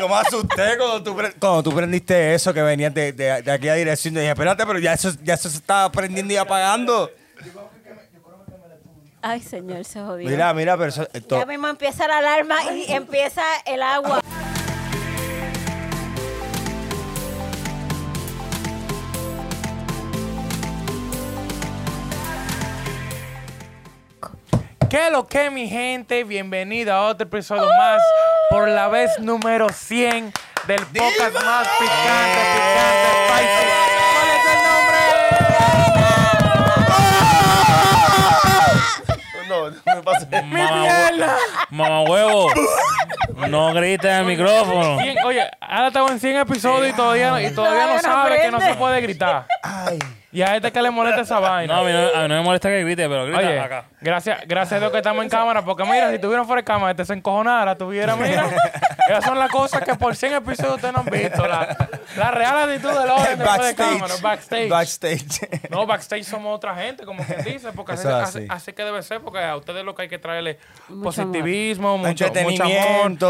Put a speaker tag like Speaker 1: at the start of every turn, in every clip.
Speaker 1: yo me asusté cuando tú, pre- cuando tú prendiste eso que venías de, de, de aquella dirección. Yo dije, espérate, pero ya eso, ya eso se estaba prendiendo y apagando.
Speaker 2: Ay, señor, se jodió.
Speaker 1: Mira, mira, pero eso- esto-
Speaker 2: Ya mismo empieza la alarma y empieza el agua.
Speaker 3: ¿Qué lo que, mi gente? Bienvenido a otro episodio más por la vez número 100 del podcast más picante, picante, spicy. ¿Cuál es el nombre?
Speaker 4: No, no me pase.
Speaker 3: ¡Mierda!
Speaker 5: Mamá huevo. No grites en el micrófono.
Speaker 3: Cien, Oye, ahora estamos en 100 episodios y todavía, y todavía no
Speaker 2: Todavía no
Speaker 3: sabe que no se
Speaker 2: aprende.
Speaker 3: puede gritar. Y a este que le molesta esa
Speaker 5: No, a
Speaker 3: vaina.
Speaker 5: mí no, a mí no me molesta que grites, pero grita
Speaker 3: Oye,
Speaker 5: acá.
Speaker 3: gracias, gracias a Dios que estamos en cámara, porque mira, si tuvieron fuera de cámara, este se encojonara, tuviera, mira. Esas son las cosas que por 100 episodios ustedes no han visto. La, la real actitud del orden después de cámara, backstage.
Speaker 1: Backstage.
Speaker 3: No, backstage somos otra gente, como quien dice, porque así,
Speaker 1: Eso es
Speaker 3: así-
Speaker 1: así.
Speaker 3: así que debe ser, porque a ustedes lo que hay que traerle
Speaker 2: Mucho
Speaker 3: positivismo, mucho
Speaker 1: Entretenimiento.
Speaker 3: mucho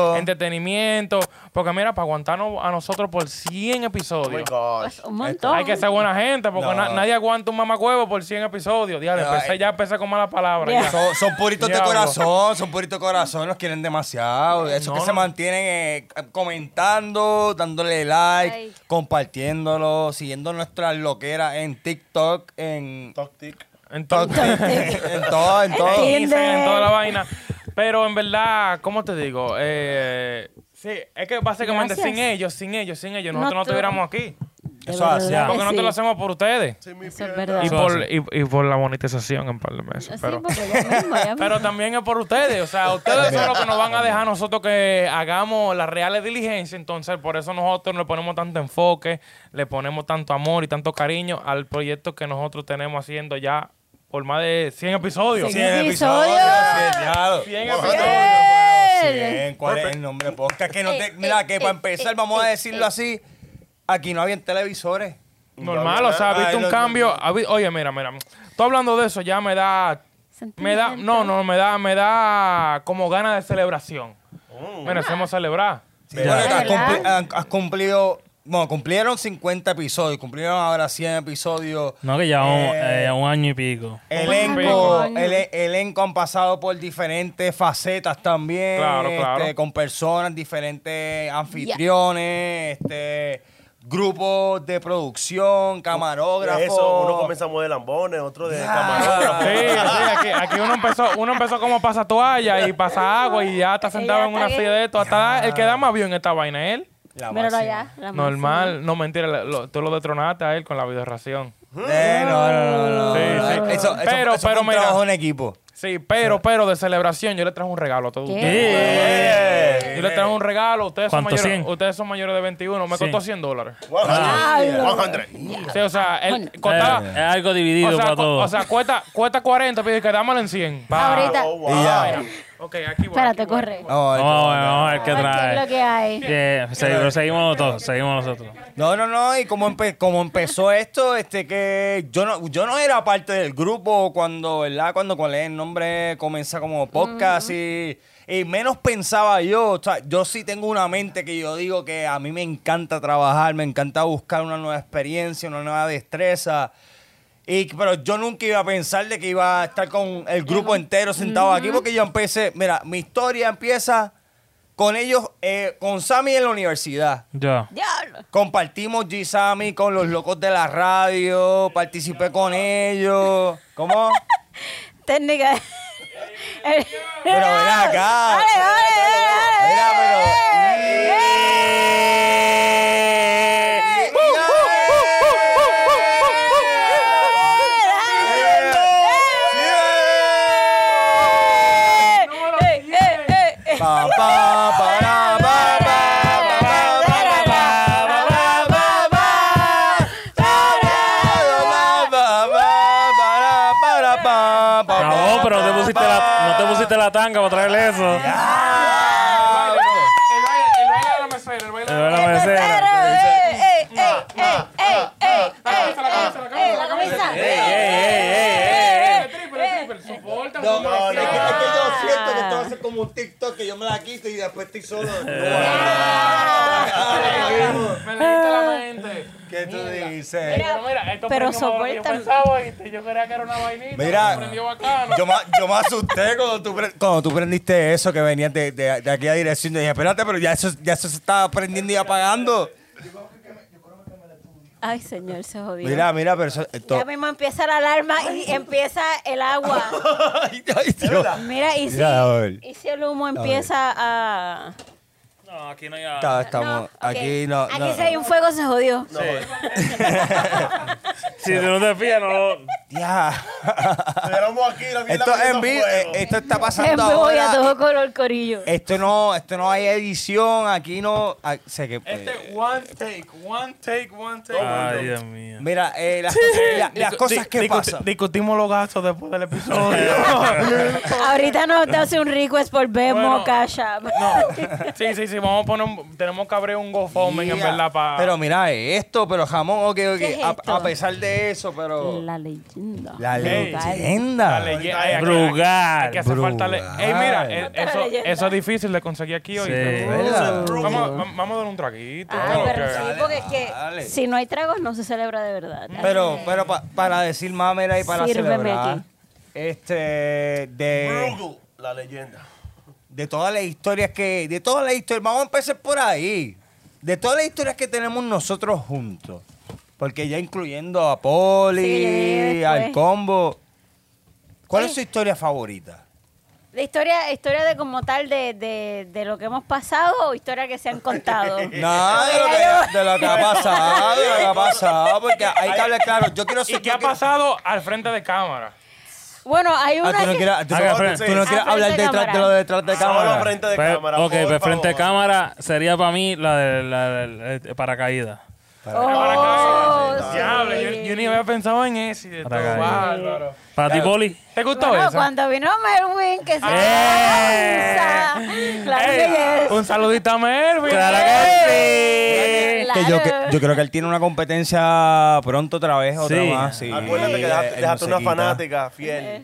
Speaker 3: amor, entretenimiento. Porque mira, para aguantarnos a nosotros por 100
Speaker 4: Oh my
Speaker 3: episodios.
Speaker 4: gosh.
Speaker 2: Pues, Un montón.
Speaker 3: hay que ser buena gente, porque
Speaker 1: No.
Speaker 3: na- nadie aguanta un mamacuevo por 100 episodios. Diablo,
Speaker 1: No, eh.
Speaker 3: empecé-
Speaker 1: hay-
Speaker 3: ya empecé con malas palabras.
Speaker 2: Ya.
Speaker 3: ya.
Speaker 1: Son, son puritos de
Speaker 3: Diablo.
Speaker 1: corazón, son puritos de corazón, los quieren demasiado. Esos
Speaker 3: No,
Speaker 1: que
Speaker 3: no.
Speaker 1: se mantienen eh, comentando, dándole like,
Speaker 2: Ay.
Speaker 1: compartiéndolo, siguiendo nuestras loqueras en TikTok, en,
Speaker 4: Toc, tic.
Speaker 3: Entonces,
Speaker 1: en todo, en todo.
Speaker 2: Sí.
Speaker 3: dicen en toda la vaina. Pero en verdad, ¿cómo te digo? Eh, sí, es que básicamente
Speaker 2: Gracias.
Speaker 3: sin ellos, sin ellos, sin ellos, nosotros no,
Speaker 2: tú-
Speaker 3: estuviéramos aquí.
Speaker 2: De
Speaker 1: Eso es
Speaker 2: verdad
Speaker 1: así.
Speaker 3: Porque
Speaker 2: que
Speaker 3: nosotros
Speaker 2: sí.
Speaker 3: lo hacemos por ustedes.
Speaker 4: Sí, mi
Speaker 2: Eso es
Speaker 4: pierna.
Speaker 2: verdad.
Speaker 3: y
Speaker 2: Sí,
Speaker 3: por, y, y por la monetización en un par de meses. pero,
Speaker 2: porque ya mismo, ya mismo.
Speaker 3: pero también es por ustedes. O sea, ustedes son los que nos van a dejar nosotros que hagamos las reales diligencias. Entonces, por eso nosotros le ponemos tanto enfoque, le ponemos tanto amor y tanto cariño al proyecto que nosotros tenemos haciendo ya por más de 100 episodios.
Speaker 2: Sí.
Speaker 1: 100
Speaker 2: episodios.
Speaker 1: episodios, sí, diablo.
Speaker 3: 100
Speaker 1: Wow.
Speaker 3: episodios.
Speaker 1: Bien, ¿Cuál es el nombre del podcast? Que no te,
Speaker 2: Eh,
Speaker 1: mira,
Speaker 2: eh,
Speaker 1: que para
Speaker 2: eh,
Speaker 1: empezar,
Speaker 2: eh,
Speaker 1: vamos a
Speaker 2: eh,
Speaker 1: decirlo
Speaker 2: eh.
Speaker 1: así, aquí no habían televisores.
Speaker 3: Normal, o sea, ha visto
Speaker 1: Ay,
Speaker 3: un
Speaker 1: no,
Speaker 3: cambio. ha vi- oye, mira, mira. Tú hablando de eso ya me da. Me da. No, no, me da, me da como gana de celebración. Merecemos celebrar.
Speaker 1: Sí, bueno,
Speaker 2: Ah, ¿verdad?
Speaker 1: has, cumpli- han- has cumplido, bueno, cumplieron 50 episodios, cumplieron ahora 100 episodios.
Speaker 5: No, que ya un,
Speaker 1: Eh.
Speaker 5: eh, ya un año y pico.
Speaker 1: Elenco,
Speaker 2: Pico.
Speaker 1: ele- elenco han pasado por diferentes facetas también,
Speaker 3: Claro,
Speaker 1: este,
Speaker 3: claro.
Speaker 1: con personas, diferentes anfitriones, este, grupos de producción, camarógrafos.
Speaker 4: Eso, uno comenzamos de lambones, otro de
Speaker 1: Ya.
Speaker 4: camarógrafo.
Speaker 3: Sí, sí, aquí, aquí uno empezó, uno empezó como pasa toalla y pasa agua y ya está sentado en una silla de esto. Hasta el que da más bien esta vaina es él.
Speaker 1: La
Speaker 2: Míralo
Speaker 1: máxima.
Speaker 2: allá. la
Speaker 3: Normal, no mentira, lo- lo- tú lo detronaste a él con la videorración.
Speaker 1: Eh, no, no, no, no,
Speaker 3: Sí,
Speaker 1: no,
Speaker 3: sí.
Speaker 1: no. Eso, eso,
Speaker 3: Pero,
Speaker 1: eso fue
Speaker 3: pero
Speaker 1: un
Speaker 3: mira.
Speaker 1: trabajo en equipo.
Speaker 3: Sí, pero, pero de celebración yo le traje un regalo a todos
Speaker 2: ¿Qué?
Speaker 3: ustedes.
Speaker 1: Eh,
Speaker 3: Yo le traje un regalo, ustedes son,
Speaker 5: ¿Cuánto,
Speaker 3: mayores,
Speaker 5: cien?
Speaker 3: ustedes son mayores de 21, me
Speaker 5: Cien.
Speaker 3: costó 100 dólares.
Speaker 4: Ah, 100.
Speaker 3: Sí, o sea, él
Speaker 2: Bueno.
Speaker 3: costaba...
Speaker 5: Eh, es algo dividido
Speaker 3: O sea,
Speaker 5: para
Speaker 3: cu-
Speaker 5: todos.
Speaker 3: o sea, cuesta, cuesta 40, pero dije, dámelo en 100. Pa.
Speaker 2: Ahorita.
Speaker 4: Oh, wow.
Speaker 1: Y ya.
Speaker 3: Ok, aquí voy.
Speaker 2: Espérate,
Speaker 3: aquí voy.
Speaker 2: corre.
Speaker 1: No,
Speaker 5: Vamos a ver, vamos a ver
Speaker 2: A
Speaker 5: qué
Speaker 2: ver ¿Qué es lo
Speaker 5: trae.
Speaker 2: que hay?
Speaker 5: Yeah, seguro, seguimos nosotros, seguimos nosotros.
Speaker 1: No, no, no, y como, empe- como empezó esto, este que yo no, yo no era parte del grupo cuando, ¿verdad? Cuando cuál es el nombre comienza como podcast y, y menos pensaba yo, o sea, yo sí tengo una mente que yo digo que a mí me encanta trabajar, me encanta buscar una nueva experiencia, una nueva destreza. Y, pero yo nunca iba a pensar de que iba a estar con el grupo entero sentado aquí porque yo empecé, mira, mi historia empieza con ellos, eh, con Sammy en la universidad.
Speaker 5: Yo.
Speaker 2: Diablo.
Speaker 1: Compartimos G-Sammy con los locos de la radio, participé con ellos. ¿Cómo?
Speaker 2: Técnica.
Speaker 1: Pero ven acá.
Speaker 2: Dale, dale, dale,
Speaker 1: Mira,
Speaker 2: dale. Eh, eh, eh, eh.
Speaker 5: No, pero no te pusiste la, no te pusiste la tanga para traerle eso.
Speaker 3: El baile, el baile de la mesera, el baile de
Speaker 5: De
Speaker 3: la
Speaker 5: verdad,
Speaker 2: Pero,
Speaker 5: mesera.
Speaker 2: eh, eh, eh, eh, eh, eh, eh,
Speaker 3: camisa, la camisa, la
Speaker 2: eh,
Speaker 3: camisa.
Speaker 2: la camisa. Eh.
Speaker 5: Ey,
Speaker 1: Eh,
Speaker 3: eh,
Speaker 5: ey, ey, ey, ey.
Speaker 3: El triple, el triple. Soporta,
Speaker 1: No,
Speaker 3: soporta.
Speaker 1: no, es que, es que yo siento que esto va a ser como un TikTok que yo me la quito y después estoy solo. No, no, no, no, no, no, no, ¿Qué tú dices?
Speaker 2: Mira,
Speaker 3: Pero mira, esto
Speaker 2: pero
Speaker 3: Yo
Speaker 2: soporta-
Speaker 3: pensaba, ¿viste? yo creía que era una vainita.
Speaker 1: Mira, Eh.
Speaker 3: me prendió bacano.
Speaker 1: yo, ma- yo me asusté cuando tú, pre- cuando tú prendiste eso que venías de, de, de aquella dirección. Yo dije, espérate, pero ya eso, ya eso se estaba prendiendo y apagando.
Speaker 2: Ay, señor, se jodió.
Speaker 1: Mira, mira, pero eso... esto-
Speaker 2: Ya mismo empieza la alarma y empieza el agua.
Speaker 1: Ay, ay, Dios.
Speaker 2: Mira, y si,
Speaker 1: Mira, a ver.
Speaker 2: y si el humo empieza a...
Speaker 5: No, aquí no hay.
Speaker 1: Está- estamos...
Speaker 2: No, ok.
Speaker 1: Aquí no...
Speaker 2: Aquí
Speaker 1: no.
Speaker 2: si hay un fuego se jodió.
Speaker 5: Si tú no te fías, no lo.
Speaker 1: Ya.
Speaker 4: Éramos aquí, la
Speaker 1: Esto es en vivo, eh, esto está
Speaker 2: Es
Speaker 1: pasando
Speaker 2: vivo y a todo
Speaker 1: ahora. Eh,
Speaker 2: color corillo.
Speaker 1: Esto no, esto no hay edición, aquí no... ah, sé que,
Speaker 3: Este one take, one take, one take.
Speaker 1: Ah.
Speaker 5: Ay, Dios mío.
Speaker 1: mira, eh, las, cosas- la- las cosas que pasan.
Speaker 3: Discutimos los gastos después del episodio.
Speaker 2: Ahorita nos hace un request por Venmo,
Speaker 3: Bueno,
Speaker 2: Cash App.
Speaker 3: sí, sí, sí. Vamos a poner. un- tenemos que abrir un GoFundMe en
Speaker 1: Ya.
Speaker 3: verdad para.
Speaker 1: Pero mira esto, pero jamón, ok, ok.
Speaker 2: ¿Qué es
Speaker 1: a,
Speaker 2: esto?
Speaker 1: a pesar de eso, pero. La,
Speaker 2: La leyenda.
Speaker 1: leyenda.
Speaker 3: eh,
Speaker 5: Brugal.
Speaker 3: Que hace falta. le- Ey, mira, eh,
Speaker 2: Otra
Speaker 3: eso,
Speaker 2: leyenda.
Speaker 3: eso es difícil de conseguir aquí hoy.
Speaker 5: Sí.
Speaker 1: ¿Verdad?
Speaker 3: Vamos, vam- vamos a dar un traguito.
Speaker 2: Ah,
Speaker 3: ¿no?
Speaker 2: pero
Speaker 3: Que-
Speaker 2: sí, porque es que
Speaker 1: Dale.
Speaker 2: si no hay tragos no se celebra de verdad.
Speaker 1: Pero, pero pa- para decir mamera y para
Speaker 2: Sírveme
Speaker 1: celebrar.
Speaker 2: aquí.
Speaker 1: Este. De,
Speaker 4: Brugal, la leyenda.
Speaker 1: de todas las historias que. De todas las historias. Vamos a empezar por ahí. De todas las historias que tenemos nosotros juntos. Porque ya incluyendo a Poli,
Speaker 2: Sí, yo llegué después.
Speaker 1: al combo. ¿Cuál
Speaker 2: Sí.
Speaker 1: es su historia favorita?
Speaker 2: ¿De historia, historia de como tal de, de, de lo que hemos pasado o historia que se han contado?
Speaker 3: Eh,
Speaker 1: Nada
Speaker 2: eh,
Speaker 1: de lo que, de lo que ha pasado, de lo que ha pasado, porque hay que hablar claro. Yo quiero
Speaker 3: ¿Y
Speaker 1: ser-
Speaker 3: qué
Speaker 1: yo
Speaker 3: ha
Speaker 1: quiero-
Speaker 3: pasado al frente de cámara?
Speaker 2: Bueno, hay
Speaker 1: Ah,
Speaker 2: una...
Speaker 1: tú no
Speaker 2: que-
Speaker 1: quieres, tú no-
Speaker 5: Haga
Speaker 1: tú no
Speaker 5: frente.
Speaker 1: quieres
Speaker 2: Haga
Speaker 1: hablar
Speaker 2: frente de
Speaker 1: detrás de lo
Speaker 2: cámara.
Speaker 1: de detrás de
Speaker 4: Solo
Speaker 1: cámara.
Speaker 4: frente de
Speaker 5: Pe-
Speaker 4: cámara.
Speaker 5: ok,
Speaker 4: por
Speaker 5: pues frente de
Speaker 4: favor.
Speaker 5: cámara sería para mí la de la, de- la- eh, paracaídas.
Speaker 2: Oh, sí.
Speaker 3: Diablo, yo, yo ni había pensado en ese. De todo.
Speaker 5: Paracaídas.
Speaker 3: Bárbaro.
Speaker 5: Para ti, Poli.
Speaker 3: ¿Te gustó
Speaker 2: Bueno,
Speaker 3: esa?
Speaker 2: cuando vino Melwin, que se
Speaker 5: ¡Eh!
Speaker 2: lanza. Claro
Speaker 3: Ey,
Speaker 2: que yes.
Speaker 3: Un saludito a Melvin.
Speaker 5: Claro que sí.
Speaker 2: Eh, Claro.
Speaker 1: Que yo, que- yo creo que él tiene una competencia pronto otra vez, otra
Speaker 5: Sí.
Speaker 1: más. Sí.
Speaker 4: Acuérdate que
Speaker 1: Él-
Speaker 4: dejaste,
Speaker 1: él no
Speaker 4: dejaste una
Speaker 1: se quita.
Speaker 4: fanática fiel.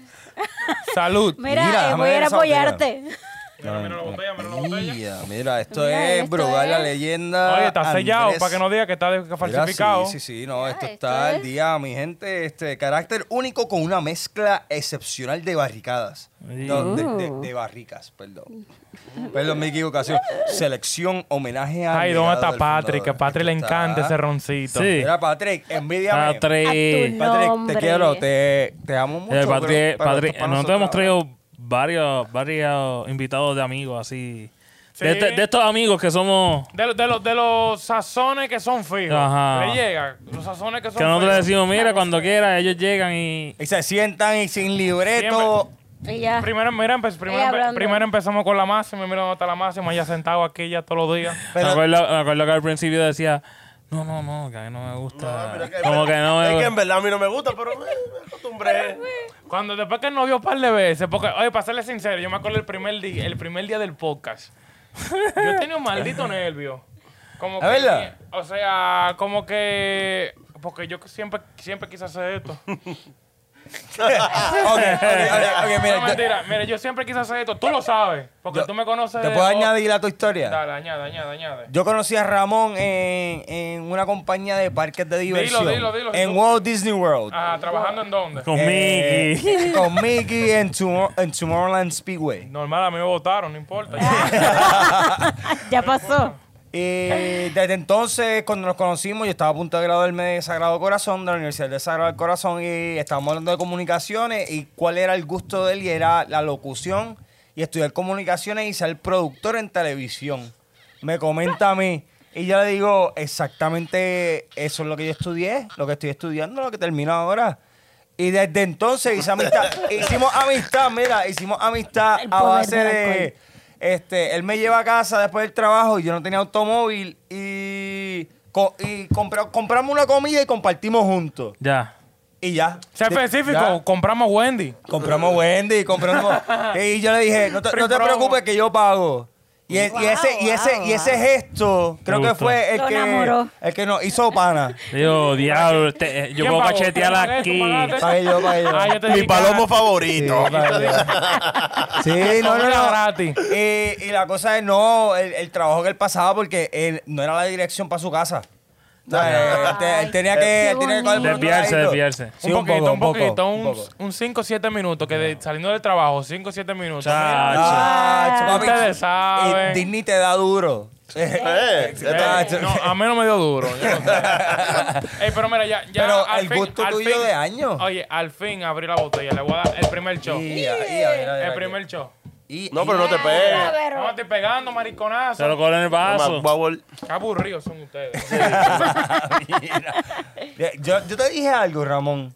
Speaker 3: Salud.
Speaker 1: Mira,
Speaker 2: Mira, eh,
Speaker 1: déjame
Speaker 2: voy a
Speaker 1: ver
Speaker 2: ir a
Speaker 1: esa botella.
Speaker 2: apoyarte.
Speaker 3: Mira, mira la botella, mira la botella.
Speaker 1: Mira, mira, esto
Speaker 2: Mira,
Speaker 1: es
Speaker 2: esto eh.
Speaker 1: brutal, la
Speaker 2: es-
Speaker 1: leyenda.
Speaker 3: Oye, está sellado
Speaker 1: Andrés.
Speaker 3: para que no diga que está de- que
Speaker 1: Mira,
Speaker 3: falsificado.
Speaker 1: Sí, sí, sí, no, esto
Speaker 2: esto
Speaker 1: está al
Speaker 2: es-
Speaker 1: día, mi gente. Este carácter único con una mezcla excepcional de barricadas. No, de,
Speaker 2: Uh.
Speaker 1: de- de barricas, perdón. Perdón, mi equivocación. Selección, homenaje a.
Speaker 3: Ay,
Speaker 1: don
Speaker 3: ¿dónde está Patrick? Que a Patrick le encanta ese roncito.
Speaker 5: Sí. eh,
Speaker 1: Mira, Patrick, envidia. Patrick,
Speaker 2: Atún.
Speaker 5: Patrick.
Speaker 1: te
Speaker 2: Nombre.
Speaker 1: quiero, te, te amo mucho.
Speaker 5: Eh,
Speaker 1: pero-
Speaker 5: Patrick,
Speaker 1: pero
Speaker 5: Patrick,
Speaker 1: esto es para
Speaker 5: nosotros hemos
Speaker 1: nosotros.
Speaker 5: traído varios, varios invitados de amigos así.
Speaker 3: Sí.
Speaker 5: De, este- de estos amigos que somos.
Speaker 3: De, los- de los, de los sazones que son fijos.
Speaker 5: Ajá.
Speaker 3: Le llega. Los sazones que son
Speaker 5: Que nosotros le
Speaker 3: fijos.
Speaker 5: decimos, mira, cuando quiera, ellos llegan y.
Speaker 1: Y se sientan y sin libreto.
Speaker 2: Y ya.
Speaker 3: Primero, mira, empe- primero,
Speaker 2: Ella
Speaker 3: empe-
Speaker 2: hablando.
Speaker 3: primero empezamos con la máxima. Mira dónde está la máxima. Ya sentado aquí ya todos los días.
Speaker 1: Pero-
Speaker 5: me, acuerdo, me acuerdo que al principio decía, no, no, no, que a mí no me gusta.
Speaker 4: No, Ah, mira que-
Speaker 5: Como que no me
Speaker 4: Es que en
Speaker 5: gusta.
Speaker 4: verdad a mí no me gusta, pero me, me acostumbré.
Speaker 3: Cuando después que el novio un par de veces, porque, oye, para serle sincero, yo me acuerdo el primer día, el primer día del podcast. Yo tenía un maldito nervio. Como
Speaker 1: ¿Es verdad?
Speaker 3: O sea, como que. Porque yo siempre, siempre quise hacer esto.
Speaker 1: Ah, Ok, ok, ok, ok,
Speaker 3: no,
Speaker 1: mira. yo-
Speaker 3: mentira, mira, yo siempre quise hacer esto. Tú lo sabes, porque
Speaker 1: yo-
Speaker 3: tú me conoces.
Speaker 1: ¿Te
Speaker 3: de-
Speaker 1: puedo
Speaker 3: oh,
Speaker 1: añadir a tu historia?
Speaker 3: Dale, añade, añade, añade.
Speaker 1: Yo conocí a Ramón en, en una compañía de parques de diversión.
Speaker 3: dilo, dilo,
Speaker 1: En
Speaker 3: dilo.
Speaker 1: Walt Disney World.
Speaker 3: Ah, ¿trabajando en dónde?
Speaker 5: Con
Speaker 1: Eh,
Speaker 5: Mickey.
Speaker 1: con Mickey en, Tomor- en Tomorrowland Speedway.
Speaker 3: Normal, a mí me votaron, no importa.
Speaker 2: Ya pasó.
Speaker 1: Eh, desde entonces, cuando nos conocimos, yo estaba a punto de graduarme de Sagrado Corazón, de la Universidad de Sagrado Corazón, y estábamos hablando de comunicaciones y cuál era el gusto de él, y era la locución, y estudiar comunicaciones y ser productor en televisión. Me comenta a mí, y yo le digo, exactamente eso es lo que yo estudié, lo que estoy estudiando, lo que termino ahora. Y desde entonces hice amistad, hicimos amistad, mira, hicimos amistad
Speaker 2: El
Speaker 1: a
Speaker 2: poder
Speaker 1: base
Speaker 2: del
Speaker 1: de...
Speaker 2: alcohol.
Speaker 1: Este, él me lleva a casa después del trabajo y yo no tenía automóvil y, co- y compra- compramos una comida y compartimos juntos.
Speaker 5: Ya.
Speaker 1: Y ya.
Speaker 3: Sea
Speaker 1: De-
Speaker 3: específico,
Speaker 1: ya.
Speaker 3: compramos Wendy.
Speaker 1: Compramos Wendy y compramos... y yo le dije, no te, no te
Speaker 3: Free promo.
Speaker 1: preocupes que yo pago. Y, e- y ese, y, ese, y ese gesto creo que
Speaker 5: gustó.
Speaker 1: fue el
Speaker 2: Lo
Speaker 1: que,
Speaker 2: enamoró.
Speaker 1: el que nos hizo pana.
Speaker 5: Digo, diablo, este, eh, yo
Speaker 3: ¿Quién
Speaker 5: puedo
Speaker 3: pagó? ¿Tú
Speaker 5: cachetear
Speaker 3: pagaste? ¿Tú
Speaker 5: aquí.
Speaker 3: pagaste?
Speaker 1: Pagué yo, pagué yo.
Speaker 3: Ah, yo te
Speaker 4: Mi
Speaker 3: dije,
Speaker 4: palomo
Speaker 1: Sí,
Speaker 4: favorito.
Speaker 1: pagué yo. Sí, no, no, Eh,
Speaker 3: Comida
Speaker 1: no.
Speaker 3: gratis.
Speaker 1: Y, y la cosa es, no, el, el trabajo que él pasaba porque él no era la dirección para su casa. O sea, él te- él tenía que, él tenía que coger por otro
Speaker 5: Desviarse,
Speaker 1: ladito.
Speaker 5: desviarse.
Speaker 1: Sí, un,
Speaker 3: poquito,
Speaker 1: poco, un poco,
Speaker 3: un
Speaker 1: un poco.
Speaker 3: poquito, un 5 o 7 minutos, que de- saliendo del trabajo, 5 o 7 minutos.
Speaker 5: Chacho.
Speaker 1: Ah,
Speaker 2: Ah,
Speaker 1: chacho, papi,
Speaker 3: ustedes saben.
Speaker 1: eh, Disney te da duro.
Speaker 4: Eh,
Speaker 3: Mira,
Speaker 1: Ah,
Speaker 3: eh,
Speaker 1: chacho.
Speaker 3: no, a mí no me dio duro. yo no sé. Ey, pero mira, ya, ya
Speaker 1: Pero
Speaker 3: al
Speaker 1: el
Speaker 3: fin-
Speaker 1: gusto
Speaker 3: al
Speaker 1: tuyo
Speaker 3: fin-
Speaker 1: de año.
Speaker 3: Oye, al fin abrí la botella. Le voy a dar el primer show.
Speaker 1: Y- ya, y- ya, mira,
Speaker 3: el
Speaker 1: mira,
Speaker 3: primer show.
Speaker 1: y-
Speaker 4: No,
Speaker 1: y-
Speaker 4: pero no te
Speaker 2: Ah,
Speaker 4: pegues.
Speaker 2: pero-
Speaker 3: No estoy pegando, mariconazo.
Speaker 5: Se lo coló en el
Speaker 4: Ma-
Speaker 5: vaso.
Speaker 4: va a vol-
Speaker 3: Qué aburridos son ustedes.
Speaker 1: Mira. yo, yo te dije algo, Ramón.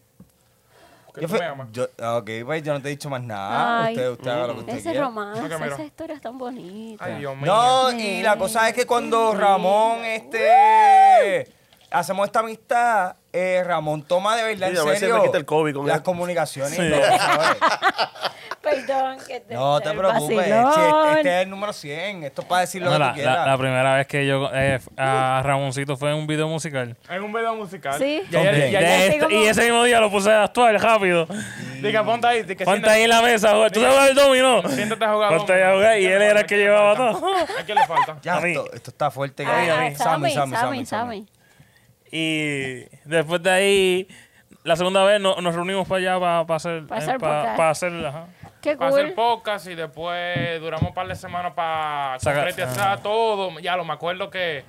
Speaker 3: Que
Speaker 1: Yo
Speaker 3: tú
Speaker 1: fui-
Speaker 3: me amas.
Speaker 1: yo- ah, ok, pues yo no te he dicho más nada.
Speaker 2: Ay.
Speaker 1: Usted, usted haga lo que usted
Speaker 2: Ese
Speaker 1: quiera.
Speaker 2: romance,
Speaker 3: Mira, mira.
Speaker 2: esa historia es tan bonita.
Speaker 3: Ay, Dios mío.
Speaker 1: No, y la cosa es que cuando Ramón, este, hacemos esta amistad, eh, Ramón toma de verdad
Speaker 4: Sí, a
Speaker 1: en
Speaker 4: veces
Speaker 1: serio
Speaker 4: me quita el COVID con
Speaker 1: las
Speaker 4: él.
Speaker 1: comunicaciones.
Speaker 5: Sí.
Speaker 1: y todo, ¿sabes?
Speaker 2: Perdón, que te.
Speaker 1: No te
Speaker 2: el
Speaker 1: preocupes,
Speaker 2: vacilón.
Speaker 1: si este, este es el número 100, esto es para decir lo
Speaker 5: No,
Speaker 1: que
Speaker 5: la,
Speaker 1: tú
Speaker 5: la-
Speaker 1: quieras.
Speaker 5: la primera vez que yo eh, a Ramoncito fue en un video musical.
Speaker 3: En un video musical.
Speaker 2: Sí.
Speaker 3: Ya, ya,
Speaker 1: ¿Con
Speaker 3: ya,
Speaker 1: quién?
Speaker 3: ya,
Speaker 5: De
Speaker 2: así
Speaker 5: este-
Speaker 2: como-
Speaker 5: y ese mismo día lo puse a actuar rápido.
Speaker 3: Diga, ponte ahí. Diga,
Speaker 5: Ponte ahí en la mesa, joder. ¿Tú
Speaker 3: Mira.
Speaker 5: sabes el dominó?
Speaker 3: Siéntate a jugar.
Speaker 5: Ponte ahí a jugar. Y él era el que llevaba todo.
Speaker 3: ¿A quién le falta?
Speaker 1: Ya,
Speaker 5: A mí.
Speaker 1: esto, esto está fuerte.
Speaker 2: Ah,
Speaker 1: que-
Speaker 2: Sammy, Sammy, Sammy,
Speaker 5: Y después de ahí, la segunda vez no- nos reunimos para allá para hacer.
Speaker 2: Pa' hacer
Speaker 5: eh, pa-
Speaker 2: podcast.
Speaker 5: pa' hacer, ajá.
Speaker 2: Qué
Speaker 3: Para hacer
Speaker 2: cool.
Speaker 3: podcast y después duramos un par de semanas para
Speaker 5: Saca- Ah.
Speaker 3: concretizar todo. Ya lo me acuerdo que.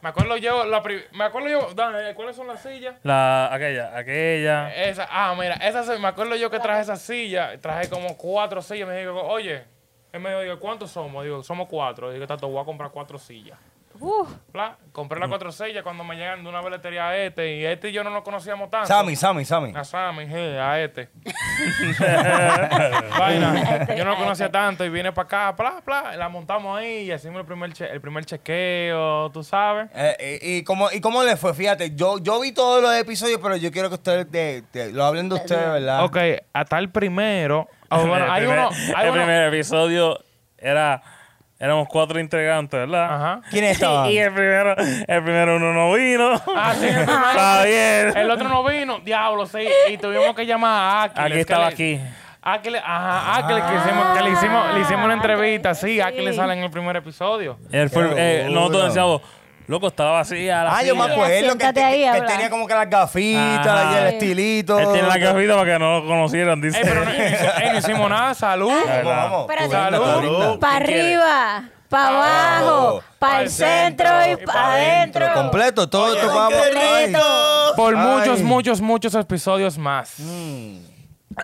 Speaker 3: Me acuerdo yo. La pri- me acuerdo yo. Dame, ¿cuáles son las sillas?
Speaker 5: La, aquella, aquella.
Speaker 3: Esa, ah, mira, esa, se- me acuerdo yo que traje esa silla, traje como cuatro sillas. Me dijo, oye, él me dijo, ¿cuántos somos? Digo, somos cuatro. Digo, tato, voy a comprar cuatro sillas.
Speaker 2: Uf,
Speaker 3: Bla, Compré
Speaker 5: Mm.
Speaker 3: las cuatro sillas cuando me llegan de una veletería a este y este y yo no nos conocíamos tanto.
Speaker 1: Sammy, Sammy, Sammy.
Speaker 3: A Sammy, je, a este. Vaina. Yo no lo conocía tanto y vine para acá, pla, pla, la montamos ahí y hicimos el primer, che- el primer chequeo, tú sabes.
Speaker 1: Eh, eh, y, cómo, ¿Y cómo le fue? Fíjate, yo, yo vi todos los episodios, pero yo quiero que ustedes de- de- lo hablen de ustedes, ¿verdad?
Speaker 3: Ok, hasta el primero. Ah, bueno,
Speaker 5: Ah. el
Speaker 3: hay
Speaker 5: primer,
Speaker 3: uno. Hay
Speaker 5: el
Speaker 3: uno-
Speaker 5: primer episodio era. Éramos cuatro integrantes, ¿verdad?
Speaker 3: Ajá.
Speaker 1: ¿Quiénes estaban?
Speaker 5: Y el primero, el primero uno no vino.
Speaker 3: Ah, sí, el primero.
Speaker 5: Está bien.
Speaker 3: El otro no vino, diablo, sí. Y tuvimos que llamar a Aquiles.
Speaker 5: Aquí
Speaker 3: que
Speaker 5: estaba
Speaker 3: le-
Speaker 5: aquí.
Speaker 3: Aquiles, ajá, Aquiles, que, hicimos, que le, hicimos, le hicimos una entrevista, sí, Aquiles
Speaker 2: Sí.
Speaker 3: sale en el primer episodio.
Speaker 5: Él fue,
Speaker 1: Qué
Speaker 5: eh, nosotros
Speaker 1: duro.
Speaker 5: decíamos, loco, estaba vacía. La
Speaker 1: Ah, yo me
Speaker 5: silla".
Speaker 1: acuerdo que,
Speaker 2: Siéntate
Speaker 1: te-
Speaker 2: ahí,
Speaker 1: que
Speaker 2: habla.
Speaker 1: tenía como que las gafitas
Speaker 5: Ajá.
Speaker 1: y el
Speaker 2: Sí.
Speaker 1: estilito.
Speaker 5: Él tiene la cajita para que no lo conocieran,
Speaker 3: Ey,
Speaker 5: dice.
Speaker 3: pero no, ey, no hicimos nada, salud.
Speaker 1: Vamos,
Speaker 5: verdad.
Speaker 1: vamos.
Speaker 2: Espérate.
Speaker 1: Tú linda, tú
Speaker 3: Salud.
Speaker 1: linda.
Speaker 2: para arriba, para abajo, para
Speaker 3: pa'l
Speaker 2: el centro y
Speaker 3: centro, y pa'
Speaker 2: para adentro.
Speaker 1: Pero completo, todo esto
Speaker 4: Ay,
Speaker 1: vamos.
Speaker 4: qué
Speaker 1: ay.
Speaker 4: rico.
Speaker 3: Por
Speaker 1: Ay.
Speaker 3: muchos, muchos, muchos episodios más.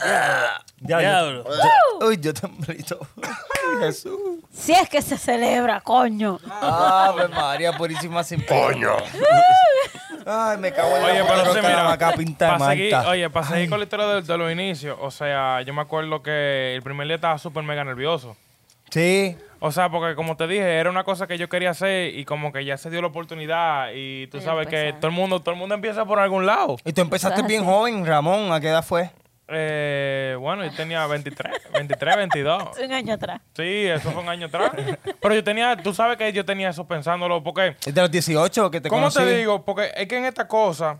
Speaker 1: Ya, yo-
Speaker 5: Diablo.
Speaker 1: yo- Uy, yo temblito. Ay, Jesús.
Speaker 2: Si es que se celebra, coño.
Speaker 1: Ave María Purísima sin coño. Ay, me cago en la
Speaker 3: Oye,
Speaker 1: puta
Speaker 3: pero entonces,
Speaker 1: roca, la
Speaker 3: mira,
Speaker 1: vaca pinta de
Speaker 3: pa' seguir-
Speaker 1: marca.
Speaker 3: oye, para seguir con la historia de, de los inicios, o sea, yo me acuerdo que el primer día estaba súper mega nervioso.
Speaker 1: Sí.
Speaker 3: O sea, porque como te dije, era una cosa que yo quería hacer y como que ya se dio la oportunidad y tú
Speaker 2: Ya
Speaker 3: sabes que
Speaker 2: empezaron.
Speaker 3: todo el mundo todo el mundo empieza por algún lado.
Speaker 1: Y tú empezaste bien joven, Ramón. ¿A qué edad fue?
Speaker 3: Eh, bueno, yo tenía 23, 23, 22.
Speaker 2: Un año atrás.
Speaker 3: Sí, eso fue un año atrás. Pero yo tenía, tú sabes que yo tenía eso pensándolo porque
Speaker 1: Desde los 18 que te
Speaker 3: ¿Cómo
Speaker 1: conocí.
Speaker 3: te digo? Porque es que en esta cosa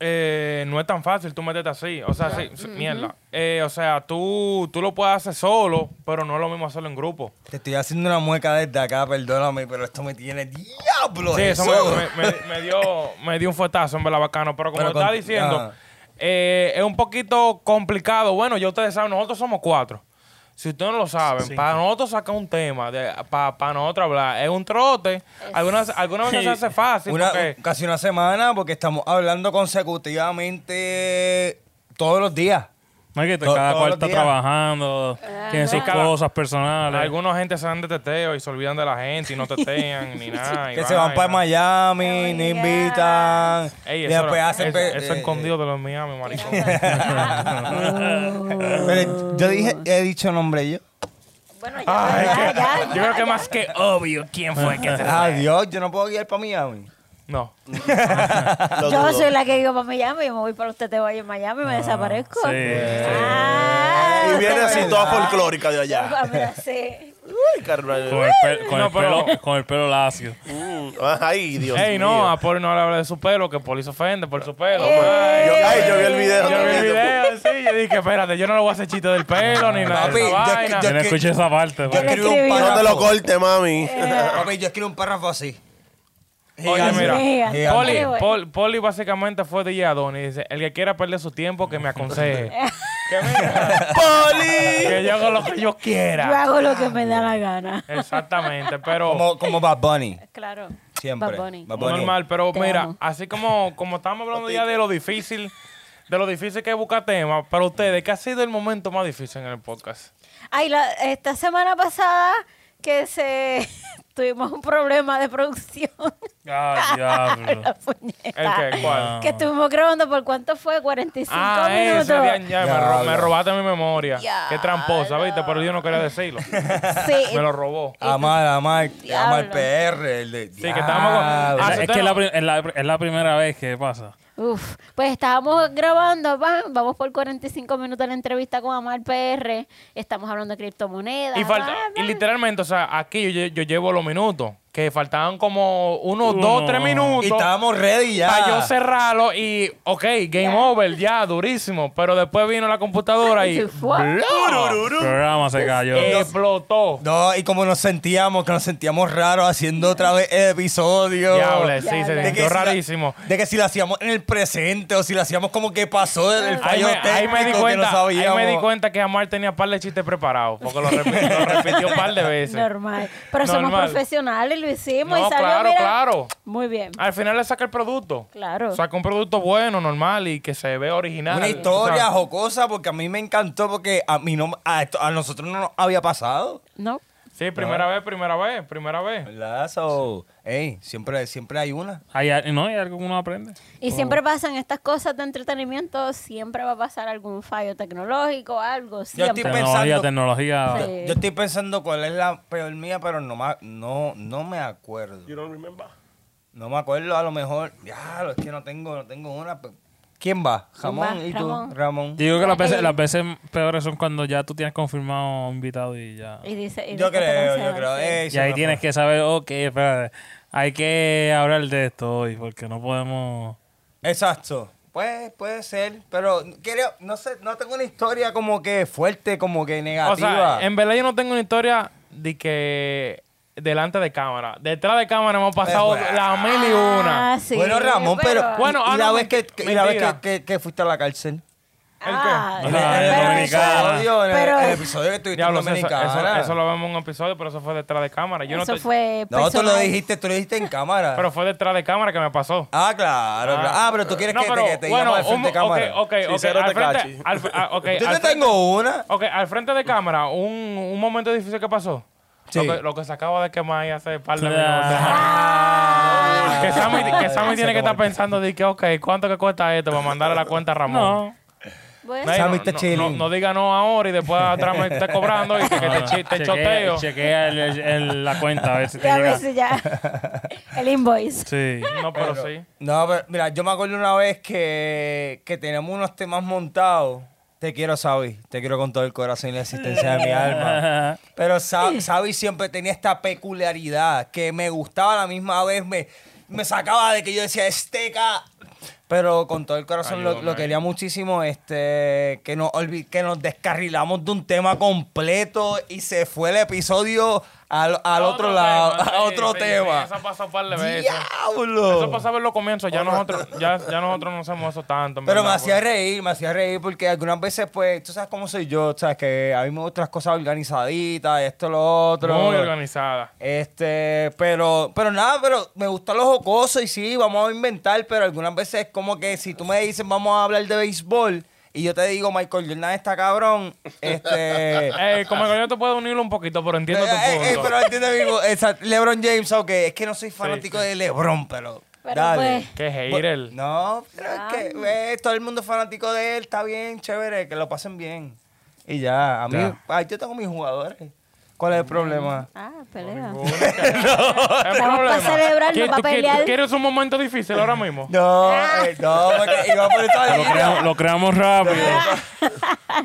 Speaker 3: eh, no es tan fácil tú meterte así. O sea, sí, sí, mierda. Eh, o sea, tú, tú lo puedes hacer solo, pero no es lo mismo hacerlo en grupo.
Speaker 1: Te estoy haciendo una mueca desde acá, perdóname, pero esto me tiene diablo.
Speaker 3: Sí, eso
Speaker 1: Jesús.
Speaker 3: me, me- me- me dio, me dio un fuetazo, en verdad, bacano. Pero como
Speaker 1: Pero
Speaker 3: estaba
Speaker 1: con-
Speaker 3: diciendo,
Speaker 1: ajá.
Speaker 3: eh, es un poquito complicado. Bueno, ya ustedes saben, nosotros somos cuatro. Si ustedes no lo saben, para nosotros sacar un tema, de- para nosotros hablar, es un trote. Algunas, algunas veces se hace fácil.
Speaker 1: Una-
Speaker 3: porque-
Speaker 1: casi una semana porque estamos hablando consecutivamente todos los días.
Speaker 5: No es que
Speaker 1: To-
Speaker 5: cada
Speaker 1: todos
Speaker 5: cual
Speaker 1: los
Speaker 5: está
Speaker 1: días.
Speaker 5: trabajando, tiene sus
Speaker 3: Eh, cada-
Speaker 5: cosas personales.
Speaker 3: Algunos gente se dan de teteo y se olvidan de la gente y no tetean ni nada. y
Speaker 1: que se van para
Speaker 3: vaina.
Speaker 1: Miami,
Speaker 2: Ay,
Speaker 1: no
Speaker 2: ya.
Speaker 1: invitan.
Speaker 3: Ey,
Speaker 1: y
Speaker 3: eso,
Speaker 1: después
Speaker 3: era-
Speaker 1: hacen...
Speaker 3: eso,
Speaker 1: pe-
Speaker 3: eso
Speaker 1: eh,
Speaker 3: escondido de los Miami, maricón.
Speaker 1: Pero yo dije, he dicho nombre yo.
Speaker 2: Bueno, ya,
Speaker 1: Ah,
Speaker 3: Ay,
Speaker 2: ya,
Speaker 3: que-
Speaker 2: ya,
Speaker 3: yo creo que más que obvio quién fue que se
Speaker 1: Adiós, yo no puedo guiar para Miami.
Speaker 3: No.
Speaker 4: Lo
Speaker 2: Yo
Speaker 4: dudo.
Speaker 2: soy la que digo para Miami, yo me voy para usted, te voy en Miami, me desaparezco.
Speaker 5: sí.
Speaker 2: Ah,
Speaker 4: Y viene
Speaker 2: usted
Speaker 4: así
Speaker 2: me-
Speaker 4: toda folclórica de allá.
Speaker 2: Ah, mira, sí.
Speaker 4: Uy, carnal.
Speaker 5: Con el, pe- con
Speaker 3: No,
Speaker 5: el
Speaker 3: pero-
Speaker 5: pelo, con el pelo lacio.
Speaker 4: Mm, Ay, Dios
Speaker 3: Ey,
Speaker 4: mío.
Speaker 3: no, a Poli no le habla de su pelo, que Poli se ofende por su pelo.
Speaker 2: Eh.
Speaker 4: Yo,
Speaker 3: Ay,
Speaker 4: ay, yo vi el video.
Speaker 3: Yo vi el video, sí, yo dije, espérate, yo no le voy a hacer chiste del pelo ni nada
Speaker 1: Papi,
Speaker 3: de esa
Speaker 1: yo-
Speaker 3: vaina.
Speaker 5: Yo
Speaker 1: yo-
Speaker 5: no
Speaker 1: que-
Speaker 5: escuché esa parte.
Speaker 1: Yo
Speaker 5: porque-
Speaker 2: escribí Eh. un
Speaker 4: No te lo cortes, mami.
Speaker 1: Papi, yo escribí un párrafo así.
Speaker 3: Oye, mira,
Speaker 2: Gigante.
Speaker 3: Poli,
Speaker 2: Gigante.
Speaker 3: Pol- Poli básicamente fue de Adonis. Dice, el que quiera perder su tiempo, que me aconseje.
Speaker 4: ¡Poli!
Speaker 3: que yo hago lo que yo
Speaker 2: Yo
Speaker 3: quiera.
Speaker 2: hago lo que me da la gana.
Speaker 3: Exactamente, pero...
Speaker 1: Como, como Bad Bunny,
Speaker 2: Claro.
Speaker 1: siempre.
Speaker 2: Bad Bunny.
Speaker 1: Bad Bunny.
Speaker 3: Normal, pero
Speaker 2: Te
Speaker 3: mira,
Speaker 2: amo.
Speaker 3: así como, como estamos hablando ya de lo difícil, de lo difícil que es buscar temas, para ustedes, ¿qué ha sido el momento más difícil en el podcast?
Speaker 2: Ay, la- esta semana pasada que se tuvimos un problema de producción.
Speaker 5: Ah, diablo.
Speaker 2: La puñeta.
Speaker 3: ¿El qué? ¿Cuál?
Speaker 2: Que estuvimos grabando por cuánto fue, 45
Speaker 3: Ah,
Speaker 2: minutos.
Speaker 3: eso, ya, ya, me, ro-
Speaker 1: Diablo.
Speaker 3: me robaste mi memoria.
Speaker 2: Diablo.
Speaker 3: Qué tramposa, ¿viste? Pero yo no quería decirlo.
Speaker 2: Sí,
Speaker 3: me lo robó.
Speaker 1: Amar, amar, amar
Speaker 2: Diablo.
Speaker 1: PR, el de...
Speaker 3: Sí, que estábamos con-
Speaker 1: Diablo.
Speaker 3: Ah,
Speaker 5: Es, que es la, pri- es la- es la primera vez que pasa.
Speaker 2: Uf, pues estábamos grabando, van, vamos por 45 minutos de la entrevista con Amar PR, estamos hablando de criptomonedas.
Speaker 3: Y, falta,
Speaker 2: bla,
Speaker 3: y
Speaker 2: bla.
Speaker 3: literalmente, o sea, aquí yo, yo llevo los minutos, que faltaban como unos dos, tres minutos.
Speaker 1: Y estábamos ready ya.
Speaker 3: Para yo cerrarlo y, ok, game over, ya, durísimo. Pero después vino la computadora y
Speaker 2: Se fue.
Speaker 5: El programa se cayó.
Speaker 1: eh,
Speaker 3: explotó.
Speaker 1: No, y como nos sentíamos, que nos sentíamos raros haciendo otra vez el episodio.
Speaker 3: Diable, sí, se
Speaker 1: De
Speaker 2: Diable.
Speaker 1: que
Speaker 3: sintió
Speaker 1: si la-
Speaker 3: rarísimo.
Speaker 1: de que si lo hacíamos en el presente o si lo hacíamos como que pasó el, el
Speaker 3: Ahí
Speaker 1: fallo
Speaker 3: me,
Speaker 1: técnico
Speaker 3: ahí me di
Speaker 1: que no
Speaker 3: cuenta, ahí
Speaker 1: sabíamos.
Speaker 3: me di cuenta que Amar tenía par de chistes preparados, porque lo, repi- lo repitió un par de veces.
Speaker 2: Normal. Pero somos
Speaker 3: Normal.
Speaker 2: profesionales, lo hicimos
Speaker 3: No,
Speaker 2: y salió,
Speaker 3: claro,
Speaker 2: mira,
Speaker 3: claro.
Speaker 2: Muy bien.
Speaker 3: Al final le saca el producto.
Speaker 2: Claro.
Speaker 3: Saca un producto bueno, normal y que se ve original.
Speaker 1: Una historia
Speaker 3: O sea,
Speaker 1: jocosa porque a mí me encantó porque a mí no a, esto- a nosotros no nos había pasado.
Speaker 2: No.
Speaker 3: sí, primera vez, primera vez, primera vez.
Speaker 1: ¿Verdad? So, ey, siempre, siempre hay una.
Speaker 5: Hay, al- no, hay algo que uno aprende.
Speaker 2: Y siempre pasan estas cosas de entretenimiento, siempre va a pasar algún fallo tecnológico, algo, siempre.
Speaker 1: estoy-
Speaker 5: Tecnología,
Speaker 1: pensando-
Speaker 5: tecnología.
Speaker 2: Sí.
Speaker 1: Yo estoy pensando cuál es la peor mía, pero no, ma- no, no me acuerdo.
Speaker 4: You don't remember?
Speaker 1: No me acuerdo, a lo mejor. Ya, es que no tengo, no tengo una. pe- ¿Quién va? Jamón
Speaker 2: va?
Speaker 1: y
Speaker 2: Ramón.
Speaker 1: tú, Ramón.
Speaker 5: Yo digo que las veces,
Speaker 2: Ey.
Speaker 5: las veces peores son cuando ya tú tienes confirmado invitado y ya.
Speaker 2: Y dice, y
Speaker 1: Yo
Speaker 2: después te
Speaker 1: creo, yo
Speaker 2: cancelan,
Speaker 1: creo.
Speaker 2: sí.
Speaker 1: ey,
Speaker 5: Y
Speaker 1: se
Speaker 5: ahí
Speaker 1: me
Speaker 5: tienes
Speaker 1: fue.
Speaker 5: que saber, ok, espérate, hay que hablar de esto hoy porque no podemos...
Speaker 1: Exacto. Pues, puede ser, pero creo, no sé, no tengo una historia como que fuerte, como que negativa.
Speaker 3: O sea, en verdad yo no tengo una historia de que delante de cámara. Detrás de cámara hemos pasado
Speaker 1: Pues,
Speaker 3: la mil y una.
Speaker 2: Ah, sí,
Speaker 1: bueno, Ramón, pero,
Speaker 3: Bueno,
Speaker 1: bueno, y,
Speaker 3: ah,
Speaker 1: la
Speaker 3: no,
Speaker 1: vez que, y la vez
Speaker 3: mentira.
Speaker 1: que, que- que fuiste a la cárcel.
Speaker 2: Ah,
Speaker 5: ¿El qué? Ah,
Speaker 2: pero
Speaker 5: dominicana.
Speaker 2: eso-
Speaker 1: episodio, en el-
Speaker 2: pero-
Speaker 1: en el episodio que tuviste en
Speaker 3: Diablo, eso, eso,
Speaker 1: Dominicana.
Speaker 3: eso lo vemos en un episodio, pero eso fue detrás de cámara. Yo no
Speaker 2: eso
Speaker 3: te-
Speaker 2: fue
Speaker 1: no, tú lo
Speaker 2: personal.
Speaker 1: dijiste, tú lo dijiste en cámara.
Speaker 3: Pero fue detrás de cámara que me pasó.
Speaker 1: ah, claro, claro. Ah, pero tú quieres
Speaker 3: No,
Speaker 1: que,
Speaker 3: pero,
Speaker 1: te, que te
Speaker 3: bueno,
Speaker 1: llamo al frente
Speaker 3: un-
Speaker 1: de cámara.
Speaker 3: Ok, ok, ok.
Speaker 4: Sincero
Speaker 3: al frente-
Speaker 4: Tekashi.
Speaker 3: al fr- ah, ok,
Speaker 1: Yo
Speaker 3: al
Speaker 1: te
Speaker 3: frente-
Speaker 1: tengo una.
Speaker 3: Ok, al frente de cámara, un, un momento difícil que pasó.
Speaker 1: Sí.
Speaker 3: Lo, que, lo que se acaba de quemar ahí hace par de minutos.
Speaker 5: Ah.
Speaker 3: que Sammy, que
Speaker 1: Ah,
Speaker 3: Sammy
Speaker 1: se
Speaker 3: tiene que estar
Speaker 1: acabó.
Speaker 3: pensando de que, ok, ¿cuánto que cuesta esto para mandar a la cuenta a Ramón?
Speaker 5: No.
Speaker 2: Bueno,
Speaker 3: Ey,
Speaker 1: Sammy
Speaker 3: no,
Speaker 1: está
Speaker 3: no-
Speaker 1: chilling.
Speaker 3: no- no diga no ahora y después atrás me está cobrando y que te, chi- te
Speaker 5: ah, Chequea-
Speaker 3: choteo.
Speaker 5: Chequea el- el- el- la cuenta a ver si te
Speaker 2: ya
Speaker 5: llega.
Speaker 2: ves ya. El invoice.
Speaker 5: Sí.
Speaker 3: No, pero, sí.
Speaker 1: No, pero mira, yo me acuerdo una vez que, que teníamos unos temas montados. Te quiero, Sabi. Te quiero con todo el corazón y la existencia de mi alma. Pero Sa- Sabi siempre tenía esta peculiaridad que me gustaba a la misma vez. Me, me sacaba de que yo decía, esteca. Pero con todo el corazón lo, lo
Speaker 3: Ayúdame.
Speaker 1: quería muchísimo. Este, que, nos olvi- que nos descarrilamos de un tema completo y se fue el episodio al, al otro, lado,
Speaker 3: tema,
Speaker 1: a
Speaker 3: sí,
Speaker 1: otro
Speaker 3: sí,
Speaker 1: tema.
Speaker 3: sí, eso pasó un par de veces.
Speaker 1: ¡Diablo!
Speaker 3: Eso pasaba en los comienzos. Ya nosotros, ya, ya nosotros no hacemos eso tanto. en
Speaker 1: Pero me
Speaker 3: verdad,
Speaker 1: hacía
Speaker 3: porque-
Speaker 1: reír, me hacía reír porque algunas veces, pues, tú sabes cómo soy yo, sabes que a mí me gustan las cosas organizaditas, esto, lo otro.
Speaker 3: Muy organizada.
Speaker 1: Este, pero, pero nada, pero me gusta lo jocoso y sí, vamos a inventar, pero algunas veces es como que si tú me dices vamos a hablar de béisbol y yo te digo Michael Jordan está cabrón, este...
Speaker 3: Eh, como que yo te puedo unirlo un poquito, pero entiendo tu
Speaker 1: eh, eh, eh,
Speaker 3: punto.
Speaker 1: pero entiende mismo, exacto, LeBron James, ok, es que no soy fanático de LeBron, pero...
Speaker 2: Pero
Speaker 1: dale.
Speaker 2: pues-
Speaker 3: Que hater.
Speaker 1: No, pero es que eh, todo el mundo es fanático de él, está bien, chévere, que lo pasen bien. Y ya, a mí,
Speaker 3: Ya.
Speaker 1: ay, yo tengo mis jugadores. ¿Cuál es el problema?
Speaker 2: Ah, pelea.
Speaker 3: El
Speaker 2: Estamos
Speaker 3: problema.
Speaker 2: pa' celebrar, no
Speaker 3: ¿Qué-
Speaker 2: pa'
Speaker 3: tú qué-
Speaker 2: pelear.
Speaker 3: ¿Tú quieres un momento difícil ahora mismo?
Speaker 1: No, eh, no, porque iba por esta
Speaker 5: Lo creamos, lo creamos rápido.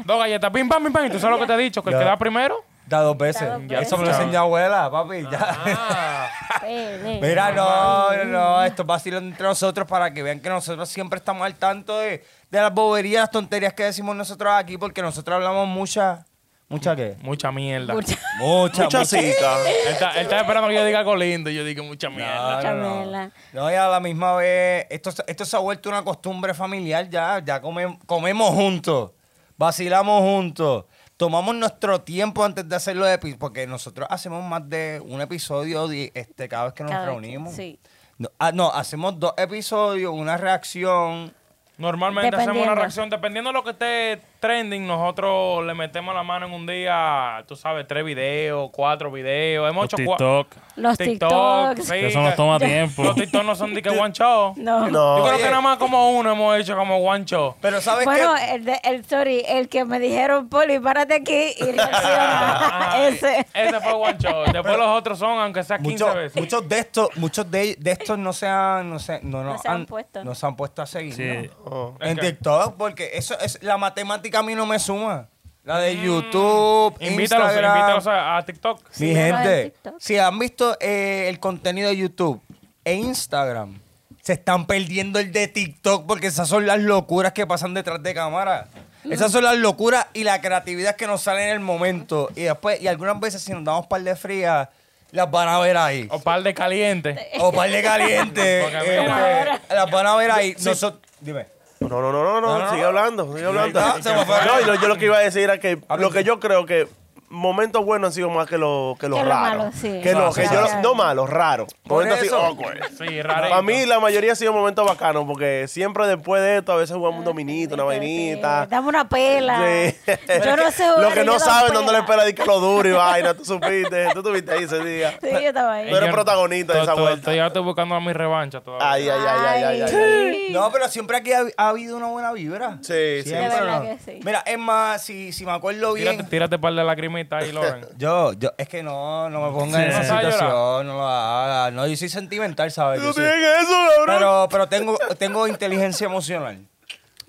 Speaker 3: Dos galletas, pim, pam, pim, pam. ¿Y tú sabes lo que te he dicho? ¿Que el
Speaker 1: Ya.
Speaker 3: que da primero?
Speaker 1: Da dos veces.
Speaker 2: Da dos
Speaker 1: Ya Eso me lo
Speaker 3: veces.
Speaker 1: enseñó abuela, papi. Ya.
Speaker 2: Pelea.
Speaker 1: Mira, no, no, no, esto va a ser entre nosotros para que vean que nosotros siempre estamos al tanto de, de las boberías, las tonterías que decimos nosotros aquí, porque nosotros hablamos muchas, ¿Mucha qué?
Speaker 3: Mucha mierda.
Speaker 2: Mucha-
Speaker 1: Mucha,
Speaker 4: Mucha
Speaker 1: mucha-
Speaker 4: cica.
Speaker 3: Él está, él está esperando que yo diga algo lindo y yo digo mucha mierda.
Speaker 1: No, no, no.
Speaker 2: Chamela.
Speaker 1: No, y a la misma vez, esto, se- esto se ha vuelto una costumbre familiar ya. Ya come- comemos juntos, vacilamos juntos, tomamos nuestro tiempo antes de hacer los episodios, porque nosotros hacemos más de un episodio di- este, cada vez que nos
Speaker 2: Cada vez que-
Speaker 1: reunimos.
Speaker 2: sí.
Speaker 1: No, ah, no, hacemos dos episodios, una reacción.
Speaker 3: Normalmente hacemos una
Speaker 2: Dependiendo.
Speaker 3: reacción. Dependiendo de lo que esté trending, nosotros le metemos la mano en un día, tú sabes, tres videos, cuatro videos. Hemos
Speaker 5: Los
Speaker 3: hecho cua-
Speaker 5: TikTok.
Speaker 2: Los
Speaker 3: TikTok,
Speaker 2: TikToks.
Speaker 3: sí,
Speaker 5: que Eso nos toma
Speaker 3: que-
Speaker 5: tiempo.
Speaker 3: Los TikTok no son de que one show.
Speaker 2: No.
Speaker 4: No.
Speaker 3: Yo creo que
Speaker 1: Oye.
Speaker 3: nada más como uno hemos hecho como one show.
Speaker 1: Pero ¿sabes
Speaker 2: Bueno,
Speaker 1: qué?
Speaker 2: el, de- el, sorry, el que me dijeron, Poli, párate aquí y reacciona.
Speaker 3: Ajá,
Speaker 2: Ese.
Speaker 3: Ese fue one show. Después los otros son, aunque sea 15
Speaker 1: Muchos,
Speaker 3: veces.
Speaker 1: muchos de estos, muchos de, de estos no se han, no se, no, nos
Speaker 2: se han
Speaker 1: han-
Speaker 2: puesto.
Speaker 1: no se han puesto a seguir.
Speaker 5: Sí.
Speaker 1: ¿no?
Speaker 4: Oh.
Speaker 1: En
Speaker 3: Ok.
Speaker 1: TikTok, porque eso es la matemática a mí no me suma. La de
Speaker 2: Mm.
Speaker 1: YouTube,
Speaker 3: Invítalos,
Speaker 1: Instagram.
Speaker 3: invítalos a, a TikTok.
Speaker 1: Mi
Speaker 2: Sí, la de
Speaker 1: gente,
Speaker 2: TikTok.
Speaker 1: si han visto eh, el contenido de YouTube e Instagram, se están perdiendo el de TikTok porque esas son las locuras que pasan detrás de cámara. Esas son las locuras y la creatividad que nos sale en el momento. Y después, y algunas veces si nos damos par de frías, las van a ver ahí.
Speaker 3: O par de caliente.
Speaker 1: O par de calientes.
Speaker 3: Porque
Speaker 1: este,
Speaker 2: mira.
Speaker 1: las van a ver ahí. Nosot- dime.
Speaker 4: No, no, no, no, no,
Speaker 1: no,
Speaker 4: sigue
Speaker 1: no.
Speaker 4: hablando, sigue hablando.
Speaker 1: No, se me fue.
Speaker 4: No, y lo- yo lo que iba a decir era que lo que yo creo que momentos buenos han sido más que los que los
Speaker 2: Que lo
Speaker 4: raros.
Speaker 2: malo, sí.
Speaker 4: Que no,
Speaker 2: Claro,
Speaker 4: que yo
Speaker 2: claro.
Speaker 4: los- no malos, raros.
Speaker 1: Por
Speaker 4: Momentos así
Speaker 1: eso.
Speaker 4: awkward.
Speaker 3: Sí, raro.
Speaker 4: Para mí la mayoría ha sido momentos bacanos porque siempre después de esto a veces jugamos un dominito, una vainita.
Speaker 2: Dame una pela.
Speaker 4: Ah. Sí.
Speaker 2: Yo no sé
Speaker 4: Lo
Speaker 2: jugar
Speaker 4: que
Speaker 2: y yo
Speaker 4: no
Speaker 2: doy
Speaker 4: saben
Speaker 2: pela.
Speaker 4: dónde le espera di que lo duro y vaina, tú supiste, tú tuviste ahí ese día.
Speaker 2: Sí, yo estaba
Speaker 4: Tú
Speaker 2: ahí.
Speaker 4: eres protagonista de esa vuelta.
Speaker 3: Yo estoy buscando a mi revancha todavía.
Speaker 4: Ay, ay, ay, ay, ay, ay.
Speaker 2: eh,
Speaker 1: No, pero siempre aquí ha, ha habido una buena vibra.
Speaker 4: Sí, sí.
Speaker 1: Siempre,
Speaker 2: De verdad
Speaker 1: ¿no?
Speaker 2: que sí.
Speaker 1: Mira, es más, si, si me acuerdo bien.
Speaker 3: Tírate, tírate par de lagrimitas ahí, Loren.
Speaker 1: Yo, yo, es que no, no me pongan en
Speaker 5: Sí.
Speaker 1: esa
Speaker 3: ¿No sabes llorar?
Speaker 1: situación, no lo haga. No, yo soy sentimental, ¿sabes? Yo
Speaker 4: No
Speaker 1: soy-
Speaker 4: tienen eso, cabrón.
Speaker 1: pero pero tengo, tengo inteligencia emocional.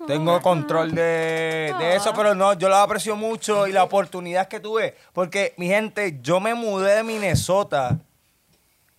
Speaker 1: Tengo control de, de eso, pero no, yo la aprecio mucho y la oportunidad que tuve. Porque, mi gente, yo me mudé de Minnesota,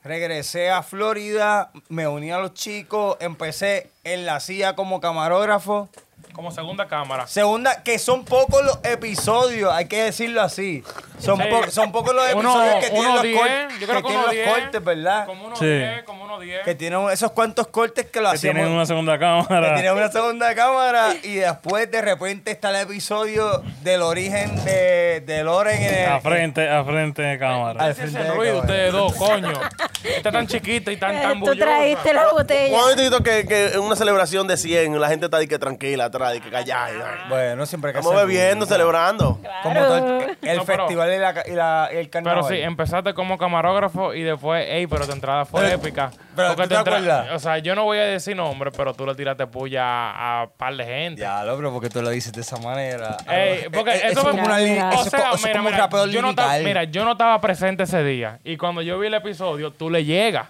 Speaker 1: regresé a Florida, me uní a los chicos, empecé en la CIA como camarógrafo.
Speaker 3: Como segunda cámara.
Speaker 1: Segunda, que son pocos los episodios, hay que decirlo así. Son,
Speaker 3: Sí.
Speaker 1: po- son pocos los
Speaker 3: Uno-
Speaker 1: episodios que tienen
Speaker 3: uno
Speaker 1: los,
Speaker 3: diez,
Speaker 1: cort-
Speaker 3: yo creo
Speaker 1: que
Speaker 3: que
Speaker 1: tienen
Speaker 3: uno
Speaker 1: los
Speaker 3: diez.
Speaker 1: cortes, ¿verdad?
Speaker 3: Como unos
Speaker 5: Sí.
Speaker 3: 10, como unos 10.
Speaker 1: Que tienen esos cuantos cortes
Speaker 3: Ah,
Speaker 1: que lo
Speaker 5: Que tienen
Speaker 1: hacemos.
Speaker 5: una segunda
Speaker 1: Que
Speaker 5: cámara.
Speaker 1: tienen una segunda cámara y después de repente está el episodio del origen de, de Loren en
Speaker 3: eh,
Speaker 1: el-
Speaker 5: A frente, a frente de cámara.
Speaker 1: al
Speaker 3: Ese
Speaker 1: frente
Speaker 3: es
Speaker 1: de
Speaker 3: el ruido,
Speaker 1: cámara.
Speaker 3: ustedes dos, coño. Está tan chiquita y tan, tan
Speaker 2: Tú traíste la botella.
Speaker 4: Un momentito que, que en una celebración de 100 la gente está de que tranquila atrás, de que callada. y vaina.
Speaker 1: Bueno, siempre que
Speaker 4: Estamos
Speaker 1: hacer-
Speaker 4: bebiendo, celebrando.
Speaker 1: Como todo el, el
Speaker 3: No, pero-
Speaker 1: festival y, la, y la- y el carnaval.
Speaker 3: Pero sí, empezaste como camarógrafo y después, ey, pero tu entrada fue
Speaker 1: Pero-
Speaker 3: épica.
Speaker 1: pero
Speaker 3: Porque
Speaker 1: ¿tú te
Speaker 3: tu entra-
Speaker 1: acuerdas?
Speaker 3: O sea, yo no voy a decir nombre, pero tú le tiraste puya a, a par de gente.
Speaker 1: Ya, lo, pero porque tú lo dices de esa manera.
Speaker 3: Ey, porque
Speaker 1: Eh, eh,
Speaker 3: eso
Speaker 1: es
Speaker 3: fue-
Speaker 1: como una línea.
Speaker 3: O
Speaker 1: Eso es
Speaker 3: sea,
Speaker 1: co- eso es
Speaker 3: mira,
Speaker 1: como un
Speaker 3: mira,
Speaker 1: rapeo
Speaker 3: yo no estaba-
Speaker 1: lirical.
Speaker 3: mira, yo no estaba presente ese día. Y cuando yo vi el episodio, tú le llegas.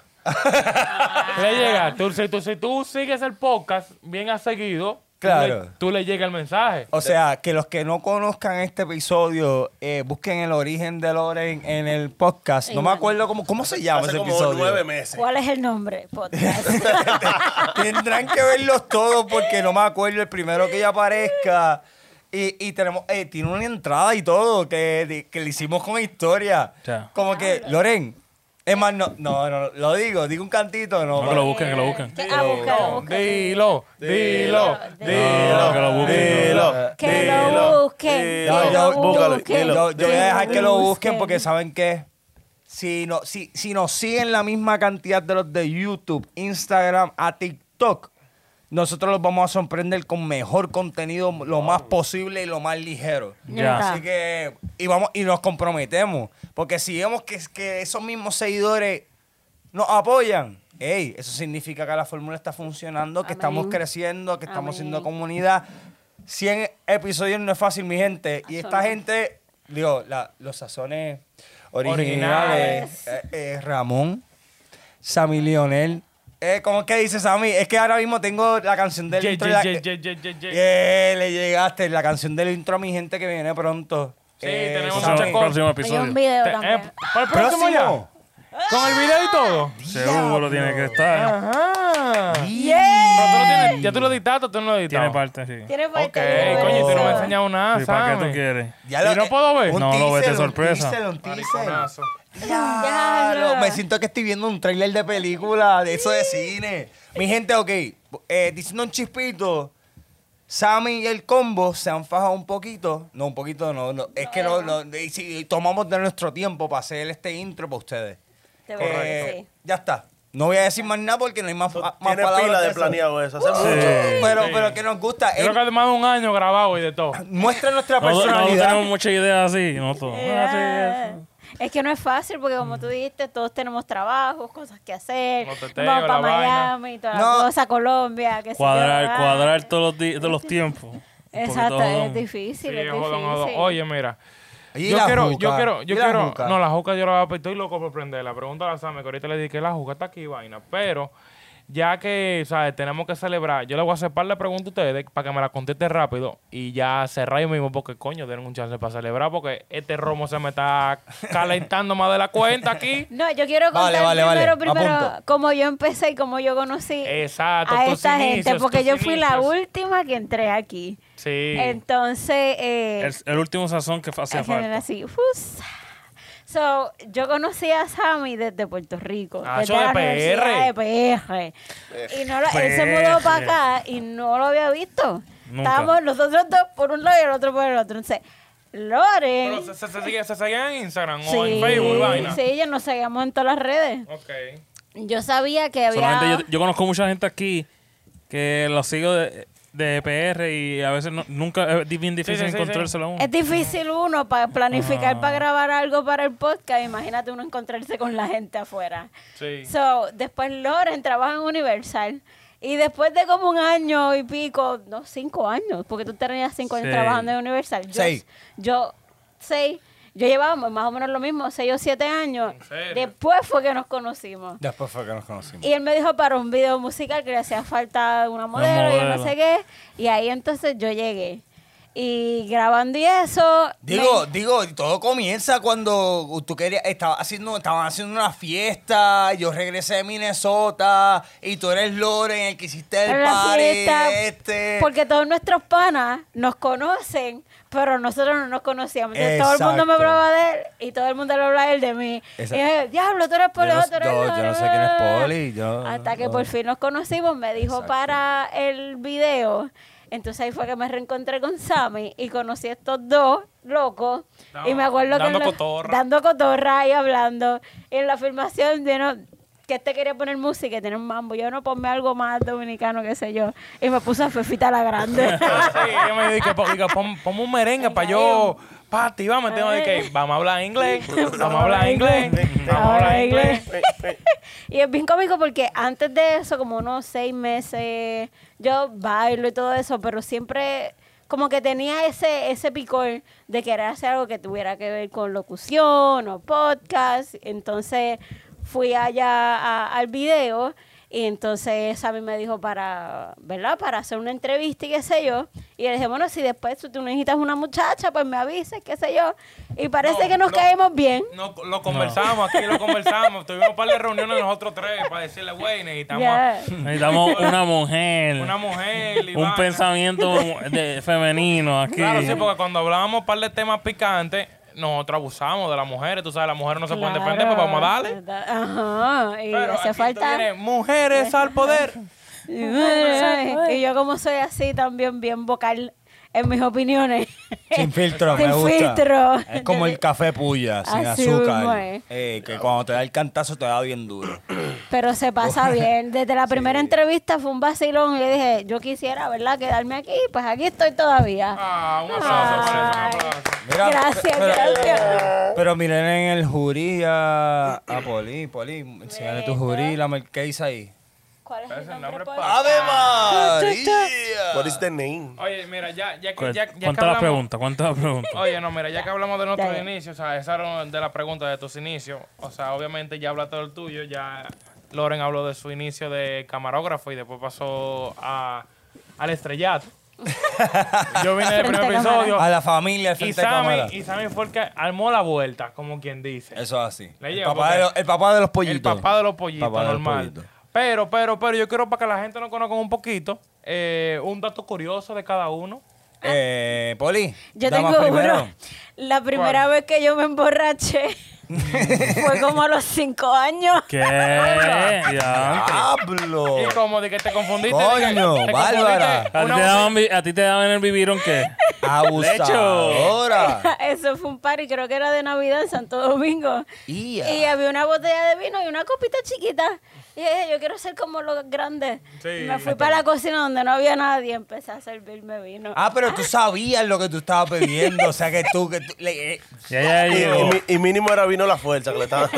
Speaker 3: le llegas. Tú, si, tú, si tú sigues el podcast bien a seguido, tú le-
Speaker 1: Claro.
Speaker 3: tú le, llegas el mensaje.
Speaker 1: O sea, que los que no conozcan este episodio, eh, busquen el origen de Loren en el podcast. No me acuerdo cómo, cómo se llama
Speaker 4: Hace
Speaker 1: ese
Speaker 4: como
Speaker 1: episodio.
Speaker 4: nueve meses.
Speaker 2: ¿Cuál es el nombre? Podcast.
Speaker 1: Tendrán que verlos todos porque no me acuerdo el primero que ya aparezca. Y, y tenemos, eh, tiene una entrada y todo que, de- que le hicimos con historia.
Speaker 5: Ya.
Speaker 1: Como que, Loren, es más, no, no, no, lo digo, digo un cantito, no.
Speaker 5: No, que
Speaker 1: para-
Speaker 5: lo busquen, que lo busquen.
Speaker 2: Que- ah,
Speaker 1: Oh,
Speaker 2: búscalo,
Speaker 3: No,
Speaker 2: búscalo.
Speaker 3: dilo, dilo,
Speaker 5: No, que
Speaker 3: dilo.
Speaker 5: lo busquen. no.
Speaker 2: Que lo busquen. Que
Speaker 4: dilo.
Speaker 2: lo
Speaker 4: Búscalo,
Speaker 2: busquen.
Speaker 4: dilo.
Speaker 1: Yo, yo voy a dejar que lo busquen
Speaker 2: busquen.
Speaker 1: porque saben que si, no, si, si nos siguen la misma cantidad de los de YouTube, Instagram, a TikTok, nosotros los vamos a sorprender con mejor contenido lo más posible y lo más ligero.
Speaker 5: Ya.
Speaker 1: Así que, y vamos, y nos comprometemos. Porque si vemos que, que esos mismos seguidores nos apoyan, ey, eso significa que la fórmula está funcionando, que
Speaker 2: Amén.
Speaker 1: estamos creciendo, que estamos
Speaker 2: Amén.
Speaker 1: siendo comunidad. 100 episodios no es fácil, mi gente. Y esta
Speaker 2: Absolutamente.
Speaker 1: gente, digo, la- los sazones originales,
Speaker 3: Originales.
Speaker 1: eh, eh, Ramón, Sammy Lionel. Eh, ¿Cómo es que dice Sammy? Es que ahora mismo tengo la canción del
Speaker 3: Ye,
Speaker 1: intro
Speaker 3: ye,
Speaker 1: y la-
Speaker 3: ye, ye, ye, ye, ye.
Speaker 1: Yeah, le llegaste la canción del intro a mi gente que viene pronto.
Speaker 3: Sí, tenemos
Speaker 1: Sammy.
Speaker 3: muchas
Speaker 5: Próximo,
Speaker 3: cosas.
Speaker 5: próximo
Speaker 2: Hay un
Speaker 5: episodio.
Speaker 2: video
Speaker 3: Te-
Speaker 2: también.
Speaker 3: eh, para el próximo ya. Con el video y todo. Ah.
Speaker 5: Seguro tiene que estar.
Speaker 3: Ajá.
Speaker 1: Yeah.
Speaker 3: Pero tú lo tienes, ya tú lo editaste o tú no lo editaste.
Speaker 5: Tiene parte, sí.
Speaker 2: Tiene parte
Speaker 1: Ok,
Speaker 2: de
Speaker 3: Ey,
Speaker 2: eso.
Speaker 3: coño, y tú no me has enseñado nada,
Speaker 5: Sí, ¿Para
Speaker 3: ¿sabes?
Speaker 5: qué tú quieres?
Speaker 1: Ya lo- eh,
Speaker 3: ¿Y no puedo ver?
Speaker 1: Un
Speaker 5: No, lo ves de
Speaker 1: teaser, un
Speaker 5: sorpresa.
Speaker 1: teaser, un teaser.
Speaker 3: Mariconazo.
Speaker 1: Ya,
Speaker 2: Ya,
Speaker 1: lo-
Speaker 2: no.
Speaker 1: me siento que estoy viendo un tráiler de película, de eso de cine. Mi gente, ok, eh, diciendo un chispito, Sammy y el combo se han fajado un poquito. No, un poquito no, no, es que no, no, y si tomamos de nuestro tiempo para hacer este intro para ustedes.
Speaker 2: Te voy a
Speaker 1: Eh,
Speaker 2: decir.
Speaker 1: Ya está. No voy a decir más nada porque no hay más, más
Speaker 4: Tiene
Speaker 1: palabras
Speaker 4: pila
Speaker 1: que
Speaker 4: de
Speaker 1: eso.
Speaker 4: planeado eso. Hace
Speaker 5: Sí.
Speaker 4: mucho.
Speaker 1: Pero, pero que nos gusta.
Speaker 3: Yo creo que
Speaker 1: eh,
Speaker 3: además de un año grabado y de todo.
Speaker 1: Muestra nuestra
Speaker 5: No, no
Speaker 1: personalidad.
Speaker 5: tenemos mucha idea así, no todo.
Speaker 2: Eh, Ya. Es que no es fácil porque como tú dijiste, todos tenemos trabajos, cosas que hacer.
Speaker 3: No te tengo,
Speaker 2: Vamos
Speaker 3: la
Speaker 2: para
Speaker 3: vaina.
Speaker 2: Miami, y toda la
Speaker 1: No.
Speaker 2: cosa, Colombia, que
Speaker 5: Cuadrar, cuadrar todos los, di- todos los tiempos. Un
Speaker 2: Ah. Exacto,
Speaker 5: poquito
Speaker 2: es
Speaker 5: jodón.
Speaker 2: difícil,
Speaker 3: Sí,
Speaker 2: es difícil.
Speaker 3: jodón, jodón. Oye, mira.
Speaker 1: Y
Speaker 3: yo
Speaker 1: la
Speaker 3: quiero, yo
Speaker 1: juca,
Speaker 3: quiero, yo
Speaker 1: y la
Speaker 3: quiero.
Speaker 1: juca.
Speaker 3: No, la juca yo la voy a Estoy loco por prenderla. Pregúntale a Sammy, que ahorita le dije que la juca está aquí, vaina. Pero, ya que, ¿sabes? Tenemos que celebrar. Yo le voy a hacer par de preguntas a ustedes para que me la conteste rápido. Y ya cerrar yo mismo, porque coño, tienen un chance para celebrar. Porque este romo se me está calentando más de la cuenta aquí.
Speaker 2: No, yo quiero contar
Speaker 1: Vale, vale, vale.
Speaker 2: primero,
Speaker 1: Apunto.
Speaker 2: primero cómo yo empecé y cómo yo conocí
Speaker 3: Exacto,
Speaker 2: a
Speaker 3: tus
Speaker 2: esta gente,
Speaker 3: inicios,
Speaker 2: porque
Speaker 3: tus
Speaker 2: yo fui la
Speaker 3: inicios.
Speaker 2: última que entré aquí.
Speaker 3: Sí.
Speaker 2: Entonces, eh,
Speaker 5: El, el último sazón que fa- hacía
Speaker 2: en general,
Speaker 5: falta.
Speaker 2: así, ¡fus! So, yo conocí a Sammy desde Puerto Rico,
Speaker 3: Ah,
Speaker 2: desde
Speaker 3: yo de
Speaker 2: la Universidad de PR. Y no lo- él se mudó para acá y no lo había visto.
Speaker 5: Nunca.
Speaker 2: Estábamos nosotros dos por un lado y el otro por el otro. Entonces, Loren...
Speaker 3: Pero se, se, se sigue- se seguían en Instagram
Speaker 2: Sí,
Speaker 3: o en Facebook, vaina.
Speaker 2: sí, ya nos seguíamos en todas las redes.
Speaker 3: Ok.
Speaker 2: Yo sabía que había...
Speaker 5: Solamente yo, yo conozco mucha gente aquí que los sigo de, de PR y a veces no- nunca es di- bien difícil
Speaker 3: sí, sí,
Speaker 5: encontrárselo a
Speaker 2: Es
Speaker 5: uno.
Speaker 2: difícil uno para planificar para grabar algo para el podcast. Imagínate uno encontrarse con la gente afuera.
Speaker 3: Sí.
Speaker 2: So, después Loren trabaja en Universal. Y después de como un año y pico, no, cinco años, porque tú tenías cinco años
Speaker 5: Sí.
Speaker 2: trabajando en Universal. Yo,
Speaker 1: Seis.
Speaker 2: Yo, seis. Yo llevábamos más o menos lo mismo, seis o siete años.
Speaker 3: ¿En serio?
Speaker 2: Después fue que nos conocimos.
Speaker 1: Después fue que nos conocimos.
Speaker 2: Y él me dijo para un video musical que le hacía falta una modelo, y
Speaker 5: modelo.
Speaker 2: no sé qué. Y ahí entonces yo llegué. Y grabando y eso.
Speaker 1: Digo,
Speaker 2: me-
Speaker 1: digo, todo comienza cuando tú querías, estaba haciendo, estaban haciendo una fiesta, yo regresé de Minnesota y tú eres Loren, el que hiciste el
Speaker 2: pero la
Speaker 1: party
Speaker 2: fiesta,
Speaker 1: este.
Speaker 2: Porque todos nuestros panas nos conocen, pero nosotros no nos conocíamos. Entonces, todo el mundo me
Speaker 1: Exacto.
Speaker 2: hablaba de él y todo el mundo le hablaba de él de mí.
Speaker 1: Exacto.
Speaker 2: Y yo, diablo, tú eres Poli,
Speaker 1: Yo no-
Speaker 2: tú eres
Speaker 1: yo-
Speaker 2: Poli".
Speaker 1: yo no sé quién es Poli, yo-
Speaker 2: Hasta que
Speaker 1: no.
Speaker 2: por fin nos conocimos, me dijo
Speaker 1: Exacto.
Speaker 2: para el video. Entonces ahí fue que me reencontré con Sammy y conocí a estos dos locos.
Speaker 3: Estaban
Speaker 2: y me acuerdo que.
Speaker 3: dando
Speaker 2: en la-
Speaker 3: cotorra.
Speaker 2: Dando cotorra y hablando. Y en la filmación, yo no- que este quería poner música y tener un mambo. Yo no ponme algo más dominicano, qué sé yo. Y me puse a Fefita la Grande.
Speaker 3: Sí, yo me dije, po- digo, pon, ponme un merengue para yo. Pati, vamos, tengo de que vamos a hablar inglés, vamos a hablar inglés, vamos a hablar inglés. Eh,
Speaker 2: y es bien cómico porque antes de eso, como unos seis meses, yo bailo y todo eso, pero siempre como que tenía ese, ese picor de querer hacer algo que tuviera que ver con locución o podcast. Entonces fui allá a- al video y entonces Sammy me dijo para, ¿verdad? Para hacer una entrevista y qué sé yo. Y le dije, bueno, si después tú tú necesitas una muchacha, pues me avises, qué sé yo. Y parece
Speaker 3: No,
Speaker 2: que nos
Speaker 3: no.
Speaker 2: caímos bien.
Speaker 3: No, lo conversamos, aquí lo conversamos. Tuvimos un par de reuniones nosotros tres para decirle, güey, necesitamos
Speaker 2: Ya.
Speaker 5: Necesitamos una mujer.
Speaker 3: una mujer. y
Speaker 5: un
Speaker 3: vaina".
Speaker 5: pensamiento de- femenino aquí.
Speaker 3: Claro, sí, porque cuando hablábamos un par de temas picantes, nosotros abusamos de las mujeres. Tú sabes, las mujeres no se pueden defender, pues vamos a darle.
Speaker 2: Ajá, y
Speaker 3: Pero
Speaker 2: hace
Speaker 3: aquí tú
Speaker 2: falta.
Speaker 3: tienes mujeres al poder.
Speaker 2: Y bueno, Y yo, como soy así, también bien vocal en mis opiniones.
Speaker 1: Sin filtro,
Speaker 2: Sin
Speaker 1: me gusta.
Speaker 2: filtro.
Speaker 1: Es como el café puya, sin
Speaker 2: Así mismo
Speaker 1: azúcar.
Speaker 2: es.
Speaker 1: Eh, que cuando te da el cantazo te da bien duro.
Speaker 2: Pero se pasa bien. Desde la primera entrevista fue un vacilón. Y yo dije, yo quisiera, ¿verdad?, quedarme aquí. Pues aquí estoy todavía.
Speaker 3: Ah, un aplauso por eso, un aplauso.
Speaker 1: Mira,
Speaker 2: gracias,
Speaker 1: pero- eh,
Speaker 2: gracias.
Speaker 1: Pero miren en el jurí a, a Poli, Poli, enséñale tu jurí, la marquéis ahí.
Speaker 2: ¿Cuál es el nombre? pues?
Speaker 1: ¡Ave
Speaker 4: What
Speaker 1: María!
Speaker 4: is the name?
Speaker 3: Oye, mira, ya, ya
Speaker 1: Pues,
Speaker 3: que
Speaker 5: Cu-
Speaker 3: ya, ya que
Speaker 5: Pues, ¿Cuántas las
Speaker 3: hablamos,
Speaker 5: preguntas? ¿Cuántas las preguntas?
Speaker 3: Oye, no, mira, ya que hablamos de nuestros
Speaker 2: Dale.
Speaker 3: inicios, o sea, esa era de la pregunta de tus inicios. O sea, obviamente ya hablaste del tuyo, ya Loren habló de su inicio de camarógrafo y después pasó a, al estrellato. Yo vine del
Speaker 2: Frente a
Speaker 3: primer
Speaker 2: cámara.
Speaker 3: episodio
Speaker 1: A la familia al
Speaker 3: y
Speaker 1: frente de cámara.
Speaker 3: Sammy, y Sammy fue el que armó la vuelta, como quien dice.
Speaker 1: Eso es así.
Speaker 3: Le
Speaker 1: El
Speaker 3: llega,
Speaker 1: papá,
Speaker 3: porque-
Speaker 1: de los, el papá de los pollitos.
Speaker 3: El papá de los pollitos,
Speaker 1: Papá de los
Speaker 3: normal.
Speaker 1: pollitos.
Speaker 3: Pero, pero, pero yo quiero para que la gente nos conozca un poquito, eh, un dato curioso de cada uno.
Speaker 1: Eh, Poli,
Speaker 2: Yo
Speaker 1: damas
Speaker 2: tengo
Speaker 1: primero.
Speaker 2: uno. La primera vez que yo me emborraché fue como a los cinco años.
Speaker 5: ¿Qué? Ya.
Speaker 1: ¡Diablo!
Speaker 3: Y como de que te confundiste.
Speaker 1: Coño,
Speaker 3: de que- te confundiste
Speaker 1: Bárbara.
Speaker 5: ¿A ti,
Speaker 3: una
Speaker 5: te daban, vi- a ti te daban en el vivieron qué?
Speaker 1: ¡Abusadora!
Speaker 2: Eso fue un party, creo que era de Navidad en Santo Domingo.
Speaker 1: Ia.
Speaker 2: Y había una botella de vino y una copita chiquita. Y yo dije, yo quiero ser como los grandes.
Speaker 3: Sí.
Speaker 2: Y me fui para la cocina donde no había nadie y empecé a servirme vino.
Speaker 1: Ah, pero tú sabías lo que tú estabas bebiendo. o sea, que tú... Que tú le- eh,
Speaker 5: Ya, ya,
Speaker 4: Y,
Speaker 5: yo.
Speaker 4: y- y mínimo era vino la fuerza que le estaba.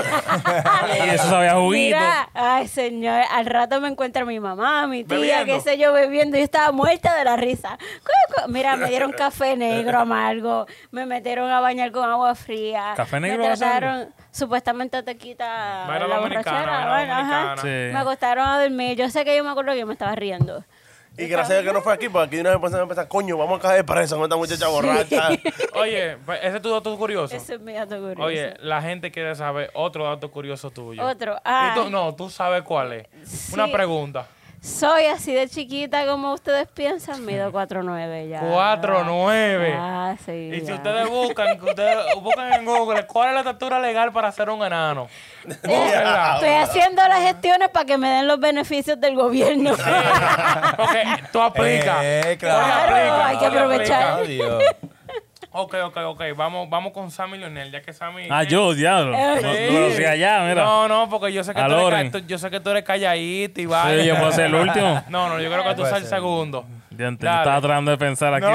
Speaker 5: Y eso sabía juguito.
Speaker 2: Mira, ay señor, al rato me encuentra mi mamá, mi tía,
Speaker 3: Bebiendo.
Speaker 2: qué sé yo, bebiendo. Yo estaba muerta de la risa. Cu- cu- Mira, me dieron café negro amargo, me metieron a bañar con agua fría.
Speaker 5: ¿Café negro
Speaker 2: Me
Speaker 5: amargo?
Speaker 2: trataron, supuestamente te quita
Speaker 3: Vaina
Speaker 2: la
Speaker 3: dominicana,
Speaker 2: borrachera.
Speaker 3: vaina
Speaker 2: bueno, ajá.
Speaker 3: dominicana.
Speaker 5: Sí.
Speaker 2: Me acostaron a dormir. Yo sé que yo me acuerdo que yo me estaba riendo.
Speaker 4: y gracias a Dios que no fue aquí, porque aquí de una vez empezaron a pensar, coño, vamos a caer preso con esta muchacha borracha.
Speaker 3: Oye, pues, ese es tu dato curioso.
Speaker 2: Eso es mi dato curioso.
Speaker 3: Oye, la gente quiere saber otro dato curioso tuyo.
Speaker 2: Otro,
Speaker 3: Y tú-
Speaker 2: ay.
Speaker 3: no, tú sabes cuál es. Una
Speaker 2: Sí.
Speaker 3: pregunta.
Speaker 2: Soy así de chiquita como ustedes piensan, mido 4'9 ya.
Speaker 3: 4'9".
Speaker 2: Ah, sí.
Speaker 3: Y si
Speaker 2: ya.
Speaker 3: ustedes buscan, que ustedes buscan en Google cuál es la estatura legal para ser un enano.
Speaker 2: Eh,
Speaker 3: Búsquenla.
Speaker 2: Estoy haciendo las gestiones para que me den los beneficios del gobierno.
Speaker 3: Porque Eh, tú aplicas.
Speaker 1: Eh,
Speaker 2: Claro,
Speaker 3: Aplica,
Speaker 2: hay que
Speaker 3: aplica.
Speaker 2: aprovechar.
Speaker 1: Ah, Dios.
Speaker 3: Ok, ok, ok. Vamos, vamos con Sammy Leonel, ya que Sammy.
Speaker 5: Ah, yo, diablo. No,
Speaker 2: Eh.
Speaker 5: no lo hacía allá, mira.
Speaker 3: No, no, porque yo sé que,
Speaker 5: A
Speaker 3: tú eres,
Speaker 5: Loren.
Speaker 3: ca- tú- yo sé que tú eres calladito y
Speaker 5: Sí,
Speaker 3: vaya.
Speaker 5: yo puedo ser el último.
Speaker 3: No, no, yo creo que tú
Speaker 1: Puede
Speaker 3: sales el
Speaker 1: ser.
Speaker 3: segundo.
Speaker 5: Yo ent-
Speaker 3: Dale.
Speaker 5: estaba tratando de pensar aquí.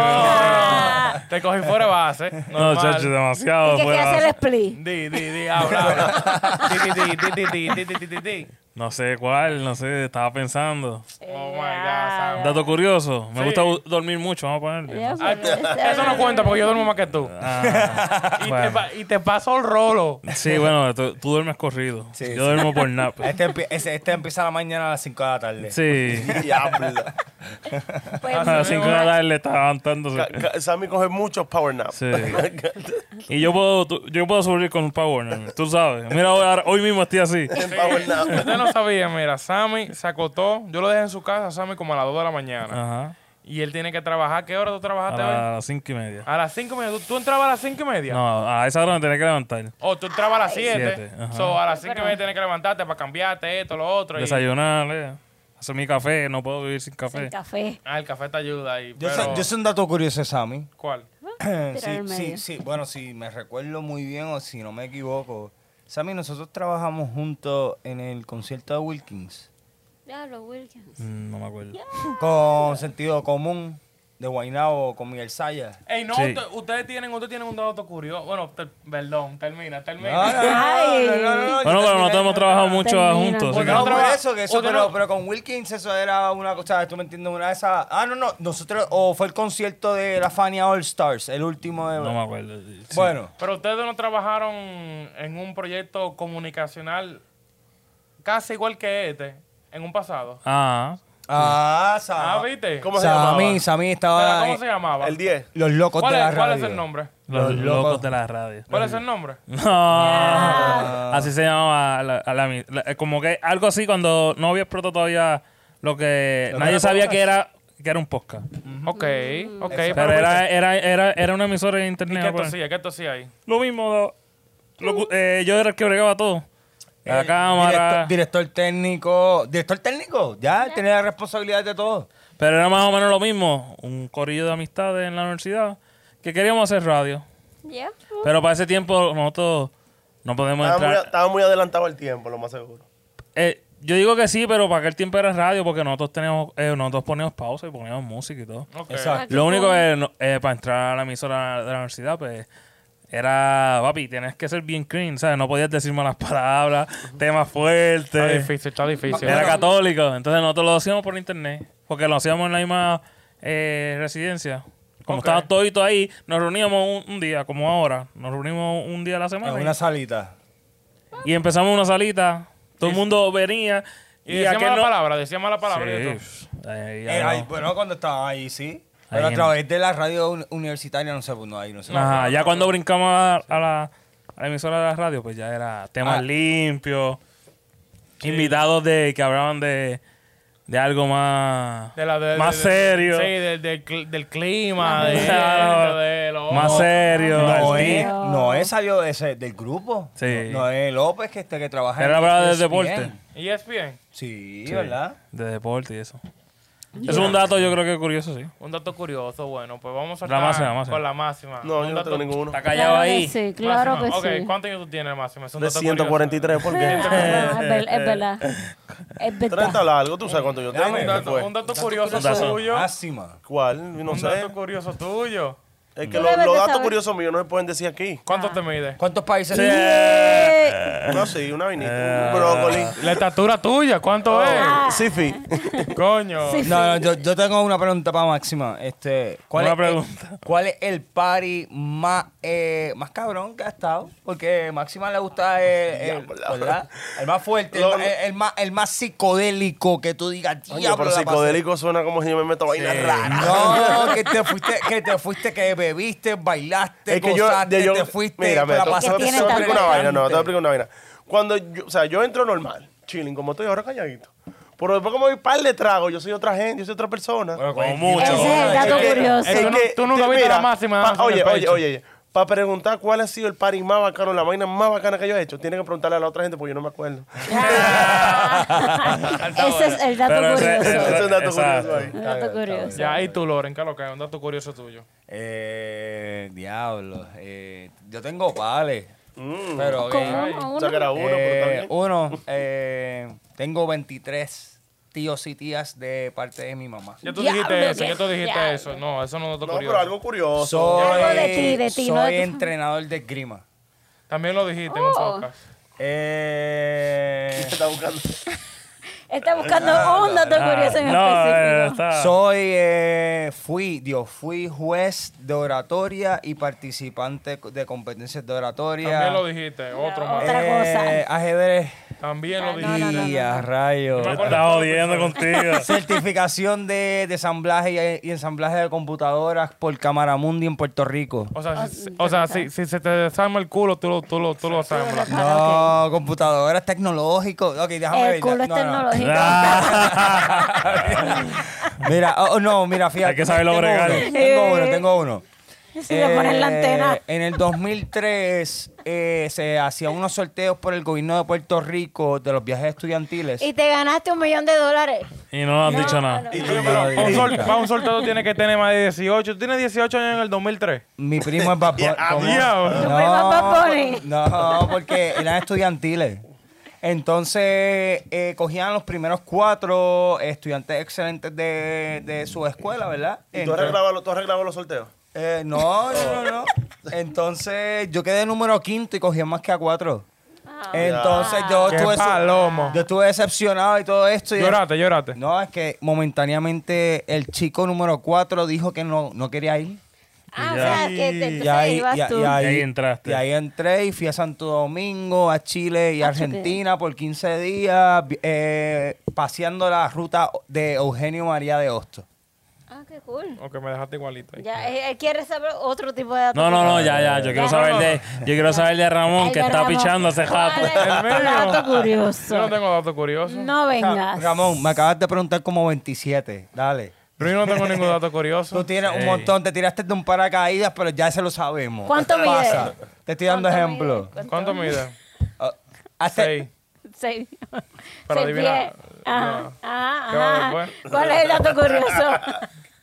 Speaker 3: No, te cogí fuera de base.
Speaker 5: No,
Speaker 3: normal.
Speaker 5: chacho, demasiado.
Speaker 2: ¿Y que qué
Speaker 5: fuera.
Speaker 2: hace el split?
Speaker 3: Di, di, di, habla, habla. Di, di, di, di, di, di, di, di, di, di.
Speaker 5: No sé cuál, no sé, estaba pensando.
Speaker 3: Oh my God, Sam.
Speaker 5: Dato curioso, me
Speaker 3: Sí.
Speaker 5: gusta bu- dormir mucho, vamos a ponerle.
Speaker 2: Ya,
Speaker 3: Ah,
Speaker 2: pues,
Speaker 3: Eso no cuenta porque yo duermo más que tú.
Speaker 5: Ah,
Speaker 3: Y, te,
Speaker 5: bueno.
Speaker 3: pa- y te paso el rolo.
Speaker 5: Sí, bueno, tú, tú duermes corrido.
Speaker 1: Sí,
Speaker 5: Yo
Speaker 1: sí.
Speaker 5: duermo por nap.
Speaker 1: Este, empie- ese- este empieza la mañana a las 5 de la tarde.
Speaker 5: Sí.
Speaker 4: Diablo.
Speaker 2: pues,
Speaker 5: A las 5 de la tarde está levantándose.
Speaker 4: Ca- ca- Sammy coge muchos power naps.
Speaker 5: Sí. Y yo puedo, tú- yo puedo subir con un power nap, tú sabes. Mira, ahora- hoy mismo estoy así.
Speaker 4: Power nap.
Speaker 3: Usted no sabía, mira, Sammy se acotó. Yo lo dejé en su casa, Sammy, como a las 2 de la mañana.
Speaker 5: Ajá.
Speaker 3: Y él tiene que trabajar. ¿Qué hora tú
Speaker 5: A
Speaker 3: trabajaste hoy?
Speaker 5: las 5 y media.
Speaker 3: A las 5 y media. ¿Tú, tú entrabas a las 5 y media?
Speaker 5: No, a esa hora me tenía que levantar.
Speaker 3: O tú entrabas a las 7.
Speaker 5: Siete, ajá.
Speaker 3: So, a las 5 y media tienes que levantarte para cambiarte esto, lo otro. Y,
Speaker 5: Desayunar, eh, hacer mi café, no puedo vivir sin café.
Speaker 2: el café.
Speaker 3: ah, el café te ayuda ahí.
Speaker 1: Yo,
Speaker 3: Pero,
Speaker 1: sé, yo sé un dato curioso de Sammy.
Speaker 3: ¿Cuál?
Speaker 2: Tirar al
Speaker 1: sí, sí,
Speaker 2: medio.
Speaker 1: sí. Bueno, si me recuerdo muy bien o si no me equivoco. Sammy, nosotros trabajamos juntos en el concierto de Wilkins
Speaker 2: Diablo, Wilkins.
Speaker 5: Mm, No me acuerdo.
Speaker 1: con sentido común de Guainabo con Miguel Saya.
Speaker 3: Ey, no,
Speaker 5: Sí.
Speaker 3: usted- ustedes, tienen, ustedes tienen un dato curioso. Bueno, ter- perdón, termina,
Speaker 1: No,
Speaker 3: termina.
Speaker 1: no, no,
Speaker 2: Ay.
Speaker 1: no, no, no, no,
Speaker 5: Bueno,
Speaker 1: yo
Speaker 5: pero nosotros
Speaker 1: terminé-
Speaker 5: hemos trabajado mucho
Speaker 2: Termina.
Speaker 5: juntos. así
Speaker 1: Porque
Speaker 5: que-
Speaker 3: no
Speaker 1: no, por
Speaker 3: traba-
Speaker 1: eso, que eso,
Speaker 3: porque
Speaker 1: pero,
Speaker 3: no-
Speaker 1: pero con Wilkins eso era una cosa, tú me entiendes, una de esas... Ah, no, no, nosotros, o fue el concierto de la Fania All Stars, el último de...
Speaker 5: No me acuerdo. sí.
Speaker 1: Bueno,
Speaker 3: Pero ustedes no trabajaron en un proyecto comunicacional casi igual que este, en un pasado.
Speaker 5: Ah,
Speaker 1: ah,
Speaker 3: Ah,
Speaker 1: Sammy,
Speaker 3: ¿viste?
Speaker 4: ¿Cómo se
Speaker 1: Sammy,
Speaker 4: llamaba?
Speaker 1: Sammy
Speaker 3: Espera,
Speaker 1: estaba...
Speaker 3: ¿Cómo se llamaba?
Speaker 4: El 10.
Speaker 1: Los locos
Speaker 3: ¿Cuál,
Speaker 1: de la
Speaker 3: es, cuál es
Speaker 1: radio.
Speaker 3: el nombre?
Speaker 5: los,
Speaker 1: Los
Speaker 5: locos.
Speaker 1: locos.
Speaker 5: de la radio.
Speaker 3: ¿Cuál es el nombre?
Speaker 5: No. Así se llamaba la- a la mi- la- eh, como que algo así cuando no había explotado todavía lo que
Speaker 1: Lo que
Speaker 5: nadie
Speaker 1: era
Speaker 5: sabía
Speaker 1: podcast.
Speaker 5: que era que era un podcast.
Speaker 3: Ok, ok.
Speaker 5: Pero
Speaker 1: pues,
Speaker 5: era, era, era, era una emisora de
Speaker 3: ¿Y
Speaker 5: internet.
Speaker 3: qué
Speaker 5: pues.
Speaker 3: tosía? ¿Qué tosía ahí?
Speaker 5: Lo mismo. lo- lo- eh, yo era el que bregaba todo. La
Speaker 1: Eh,
Speaker 5: cámara.
Speaker 1: Director, director técnico. Director técnico, ya, tiene la responsabilidad de todo.
Speaker 5: Pero era más o menos lo mismo. Un corillo de amistades en la universidad que queríamos hacer radio.
Speaker 2: Ya.
Speaker 5: Pero para ese tiempo nosotros no podemos
Speaker 4: Estaba muy,
Speaker 5: entrar.
Speaker 4: estaba muy adelantado al tiempo, lo más seguro.
Speaker 5: Eh, yo digo que sí, pero para aquel tiempo era radio porque nosotros teníamos, eh, nosotros poníamos pausa y poníamos música y todo.
Speaker 3: Ok.
Speaker 1: Exacto.
Speaker 5: Lo único que no- eh, para entrar a la emisora de la universidad, pues era, papi, tenías que ser bien clean, ¿sabes? No podías decir malas palabras, temas
Speaker 3: Está
Speaker 5: fuertes.
Speaker 3: difícil, está difícil.
Speaker 5: Era católico, entonces nosotros lo hacíamos por internet, porque lo hacíamos en la misma eh, residencia. Como
Speaker 3: Ok.
Speaker 5: estaban toditos ahí, nos reuníamos un, un día, como ahora, nos reunimos un día a la
Speaker 1: En
Speaker 5: semana
Speaker 1: una salita.
Speaker 5: y, y empezamos una salita, todo el mundo venía
Speaker 3: Y,
Speaker 5: y,
Speaker 3: decía
Speaker 5: aquel
Speaker 3: mala
Speaker 5: no-
Speaker 3: palabra, decía mala palabra. y de todo.
Speaker 5: Sí, pff, ahí ya
Speaker 1: Eh,
Speaker 5: no.
Speaker 1: ay, bueno, cuando estaba ahí, sí. Pero a
Speaker 5: Ahí en- Ah,
Speaker 1: través de la radio uni- universitaria, no sé, pues, no, ahí no sé.
Speaker 5: Ajá, ya cuando brincamos a, a la, a la emisora de la radio, pues ya era temas
Speaker 1: Ah.
Speaker 5: limpios. invitados de, que hablaban de, de algo más,
Speaker 3: De la- de-
Speaker 5: más
Speaker 3: de- de-
Speaker 5: serio.
Speaker 3: Sí, del- del cl- del clima, de,
Speaker 5: Claro.
Speaker 3: de lo-
Speaker 5: más serio.
Speaker 1: Noé,
Speaker 5: arti-
Speaker 1: Noé eh, salió de ese, del grupo.
Speaker 5: Sí.
Speaker 1: Noé López, que, este, que trabaja
Speaker 5: Era hablaba de
Speaker 1: ESPN.
Speaker 5: deporte.
Speaker 3: ESPN.
Speaker 1: Sí,
Speaker 5: Sí,
Speaker 1: ¿verdad?
Speaker 5: De deporte y eso. Es un dato yo creo que curioso, sí.
Speaker 3: Un dato curioso, bueno, pues vamos a
Speaker 5: La
Speaker 3: estar
Speaker 5: máxima, la máxima.
Speaker 3: con la máxima.
Speaker 4: No,
Speaker 3: Un
Speaker 4: yo no
Speaker 3: dato-
Speaker 4: tengo ninguno.
Speaker 5: Está
Speaker 2: Claro
Speaker 5: callado
Speaker 2: que
Speaker 5: ahí.
Speaker 2: Sí, claro que
Speaker 3: máxima. Ok,
Speaker 2: sí.
Speaker 3: ¿cuántos años tú tienes, máxima? Es un
Speaker 4: De
Speaker 3: dato
Speaker 4: 143, ¿por qué?
Speaker 2: Ah, es
Speaker 5: Eh,
Speaker 2: ver- es verdad. Es
Speaker 4: 30
Speaker 2: verdad.
Speaker 4: largo, tú sabes cuánto yo
Speaker 1: Dame un
Speaker 4: tengo.
Speaker 3: curioso. Un dato,
Speaker 4: después.
Speaker 3: un dato curioso
Speaker 5: curioso.
Speaker 3: tuyo.
Speaker 1: Máxima.
Speaker 4: ¿Cuál? No
Speaker 3: un
Speaker 4: sé.
Speaker 3: dato curioso tuyo.
Speaker 4: Es
Speaker 2: Tú
Speaker 4: que lo- los
Speaker 2: debes de
Speaker 4: datos
Speaker 2: saber.
Speaker 4: curiosos míos no se pueden decir aquí.
Speaker 3: ¿Cuánto te mide?
Speaker 1: ¿Cuántos países?
Speaker 5: Eh,
Speaker 4: No, sí, una vinita,
Speaker 5: Ah.
Speaker 4: un brócoli.
Speaker 3: La estatura tuya, ¿cuánto
Speaker 2: Ah.
Speaker 4: Sifi.
Speaker 3: es? Coño.
Speaker 2: Sí.
Speaker 1: No, no, yo, yo tengo una pregunta para Máxima. Este, ¿cuál
Speaker 5: Una
Speaker 1: es el-
Speaker 5: pregunta.
Speaker 1: ¿Cuál es el party más, eh, más cabrón que ha estado? Porque Máxima le gusta el, el-
Speaker 4: Diablo.
Speaker 1: ¿verdad? el más fuerte, el,
Speaker 4: Lo-
Speaker 1: ma- el- el más, el más psicodélico que tú digas,
Speaker 4: Oye,
Speaker 1: diablo,
Speaker 4: pero
Speaker 1: la pasé".
Speaker 4: psicodélico suena como si yo me meto vainas raras.
Speaker 1: No, que te fuiste, que te fuiste, que bebiste, bailaste,
Speaker 4: Es que yo,
Speaker 1: gozaste,
Speaker 4: de yo-
Speaker 1: te fuiste,
Speaker 4: mira,
Speaker 1: te
Speaker 4: mira,
Speaker 1: la
Speaker 4: te- te-
Speaker 1: pasaste
Speaker 4: te voy a
Speaker 2: súper
Speaker 4: explicar una vaina, no, te voy a
Speaker 1: elegante.
Speaker 4: explicar una vaina. Cuando yo, o sea, yo entro normal, chilling, como estoy ahora calladito. Pero después como hay un par de tragos, yo soy otra gente, yo soy otra persona.
Speaker 5: Con
Speaker 2: Ese es
Speaker 5: mucho.
Speaker 2: el dato
Speaker 4: Es que-
Speaker 2: curioso.
Speaker 3: es que- no- tú nunca
Speaker 4: te-
Speaker 3: viste la máxima
Speaker 4: pa-
Speaker 3: dándose en
Speaker 4: oye,
Speaker 3: el
Speaker 4: oye,
Speaker 3: pecho.
Speaker 4: oye, Para preguntar cuál ha sido el party más bacano, la vaina más bacana que yo he hecho, tienen que preguntarle a la otra gente porque yo no me acuerdo.
Speaker 2: Ah. Ese es el dato
Speaker 5: Pero ese-
Speaker 2: curioso.
Speaker 4: Ese es un dato
Speaker 5: Exacto.
Speaker 4: curioso ahí.
Speaker 2: El dato curioso.
Speaker 3: Ya, y tú, Loren, ¿qué es lo que es? Un dato curioso tuyo.
Speaker 1: Eh, diablo, eh, yo tengo pales,
Speaker 4: Mm.
Speaker 1: pero
Speaker 2: Con
Speaker 1: eh,
Speaker 2: uno,
Speaker 4: O
Speaker 2: uno.
Speaker 4: sea, que era uno, pero está
Speaker 1: Eh,
Speaker 4: bien.
Speaker 1: uno, eh, tengo 23 tíos y tías de parte de mi mamá.
Speaker 3: Ya tú
Speaker 2: Diablo,
Speaker 3: dijiste eso,
Speaker 2: qué
Speaker 3: ya tú dijiste
Speaker 2: diablo.
Speaker 3: eso. No, eso no es un dato
Speaker 4: No,
Speaker 3: curioso.
Speaker 4: pero algo curioso.
Speaker 1: Soy,
Speaker 2: Algo de ti, de ti,
Speaker 1: soy
Speaker 2: no de tu-
Speaker 1: entrenador de esgrima.
Speaker 3: También lo dijiste en un
Speaker 2: Oh.
Speaker 3: podcast.
Speaker 1: Eh,
Speaker 4: Está buscando.
Speaker 2: Está buscando un dato curioso en
Speaker 5: Ah, No, eh,
Speaker 2: específico.
Speaker 5: está.
Speaker 1: soy, eh, fui, Dios, fui juez de oratoria y participante de competencias de oratoria.
Speaker 3: También lo dijiste, otro más.
Speaker 2: Otra
Speaker 1: Eh, Ajedrez.
Speaker 3: También lo
Speaker 2: No, no,
Speaker 3: dijiste.
Speaker 2: no, no,
Speaker 1: y
Speaker 2: no.
Speaker 1: a rayos.
Speaker 5: Me está jodiendo contigo.
Speaker 1: Certificación de desamblaje y, y ensamblaje de computadoras por Cámara Mundi en Puerto Rico.
Speaker 3: O sea, si, o sea si, si se te desarma el culo, tú lo, tú lo, tú lo asamblas.
Speaker 2: Ah,
Speaker 1: No, computadoras tecnológicos. Ok, déjame ver.
Speaker 2: El culo es
Speaker 1: No, no.
Speaker 2: tecnológico.
Speaker 1: Mira, oh, oh, no, mira, fíjate.
Speaker 5: Hay que saberlo
Speaker 1: tengo
Speaker 5: bregar.
Speaker 1: uno, Tengo uno, tengo uno.
Speaker 2: Si le pones la
Speaker 1: Eh,
Speaker 2: antena.
Speaker 1: En el 2003 eh, se hacían unos sorteos por el gobierno de Puerto Rico de los viajes estudiantiles.
Speaker 2: Y te ganaste un millón de dólares.
Speaker 5: Y no han
Speaker 2: No,
Speaker 5: dicho nada.
Speaker 2: no,
Speaker 1: Y-
Speaker 3: Para un, sol- para un soltero tiene que tener más de 18. Tú tienes 18 años en el 2003.
Speaker 1: Mi primo es Bad Bunny. ¿Cómo?
Speaker 3: diablo.
Speaker 2: Tu primo es Bad Bunny.
Speaker 1: No, porque eran estudiantiles. Entonces eh, cogían los primeros cuatro estudiantes excelentes de, de su escuela, ¿verdad?
Speaker 4: ¿Y tú has
Speaker 1: Entonces-
Speaker 4: arreglado los- tú has arreglado los sorteos?
Speaker 1: Eh, no, no, no, no. Entonces yo quedé número quinto y cogí más que a cuatro.
Speaker 2: Ah.
Speaker 1: Entonces yo
Speaker 3: Qué
Speaker 1: estuve,
Speaker 3: palomo.
Speaker 1: yo estuve decepcionado y todo esto. y-
Speaker 3: Llorate, llorate.
Speaker 1: No, es que momentáneamente el chico número cuatro dijo que no, no quería ir.
Speaker 2: Ah, o
Speaker 5: ya.
Speaker 2: sea, que te-
Speaker 1: Y ahí,
Speaker 2: entonces
Speaker 1: y,
Speaker 2: ibas
Speaker 1: y
Speaker 2: tú.
Speaker 1: ahí,
Speaker 5: Y ahí entraste.
Speaker 1: Y ahí entré y fui a Santo Domingo, a Chile y
Speaker 2: Ah,
Speaker 1: Argentina por 15 días, vi- eh, paseando la ruta de Eugenio María de Hosto.
Speaker 2: Ah, qué cool.
Speaker 3: Ok, me dejaste igualito. ahí.
Speaker 2: Ya, él, él quiere saber otro tipo de datos.
Speaker 5: No, no, no, ya, ya. Yo quiero
Speaker 2: Ya.
Speaker 5: saber de, yo quiero saber de Ramón, que está pichando hace rato.
Speaker 3: El mío.
Speaker 2: Dato
Speaker 3: Yo no
Speaker 2: curioso.
Speaker 3: tengo dato curioso.
Speaker 2: No
Speaker 1: Ra-
Speaker 2: vengas.
Speaker 1: Ramón, me acabas de preguntar como 27. Dale.
Speaker 3: Pero yo no tengo ningún dato
Speaker 1: Tú
Speaker 3: curioso.
Speaker 1: tienes un montón, te tiraste de un paracaídas, pero ya se lo sabemos.
Speaker 2: ¿Cuánto
Speaker 1: ¿Qué pasa?
Speaker 2: mide?
Speaker 1: Te estoy dando
Speaker 2: ¿Cuánto
Speaker 1: ejemplo.
Speaker 2: mide?
Speaker 3: ¿Cuánto mide?
Speaker 1: Ah, hace-
Speaker 3: Seis.
Speaker 2: Seis.
Speaker 3: Pero
Speaker 2: Seis
Speaker 3: adivina-
Speaker 2: pies. Ajá,
Speaker 3: no.
Speaker 2: ajá,
Speaker 3: ¿Qué va
Speaker 2: ajá.
Speaker 3: después?
Speaker 2: Ah, ¿Cuál es el dato curioso?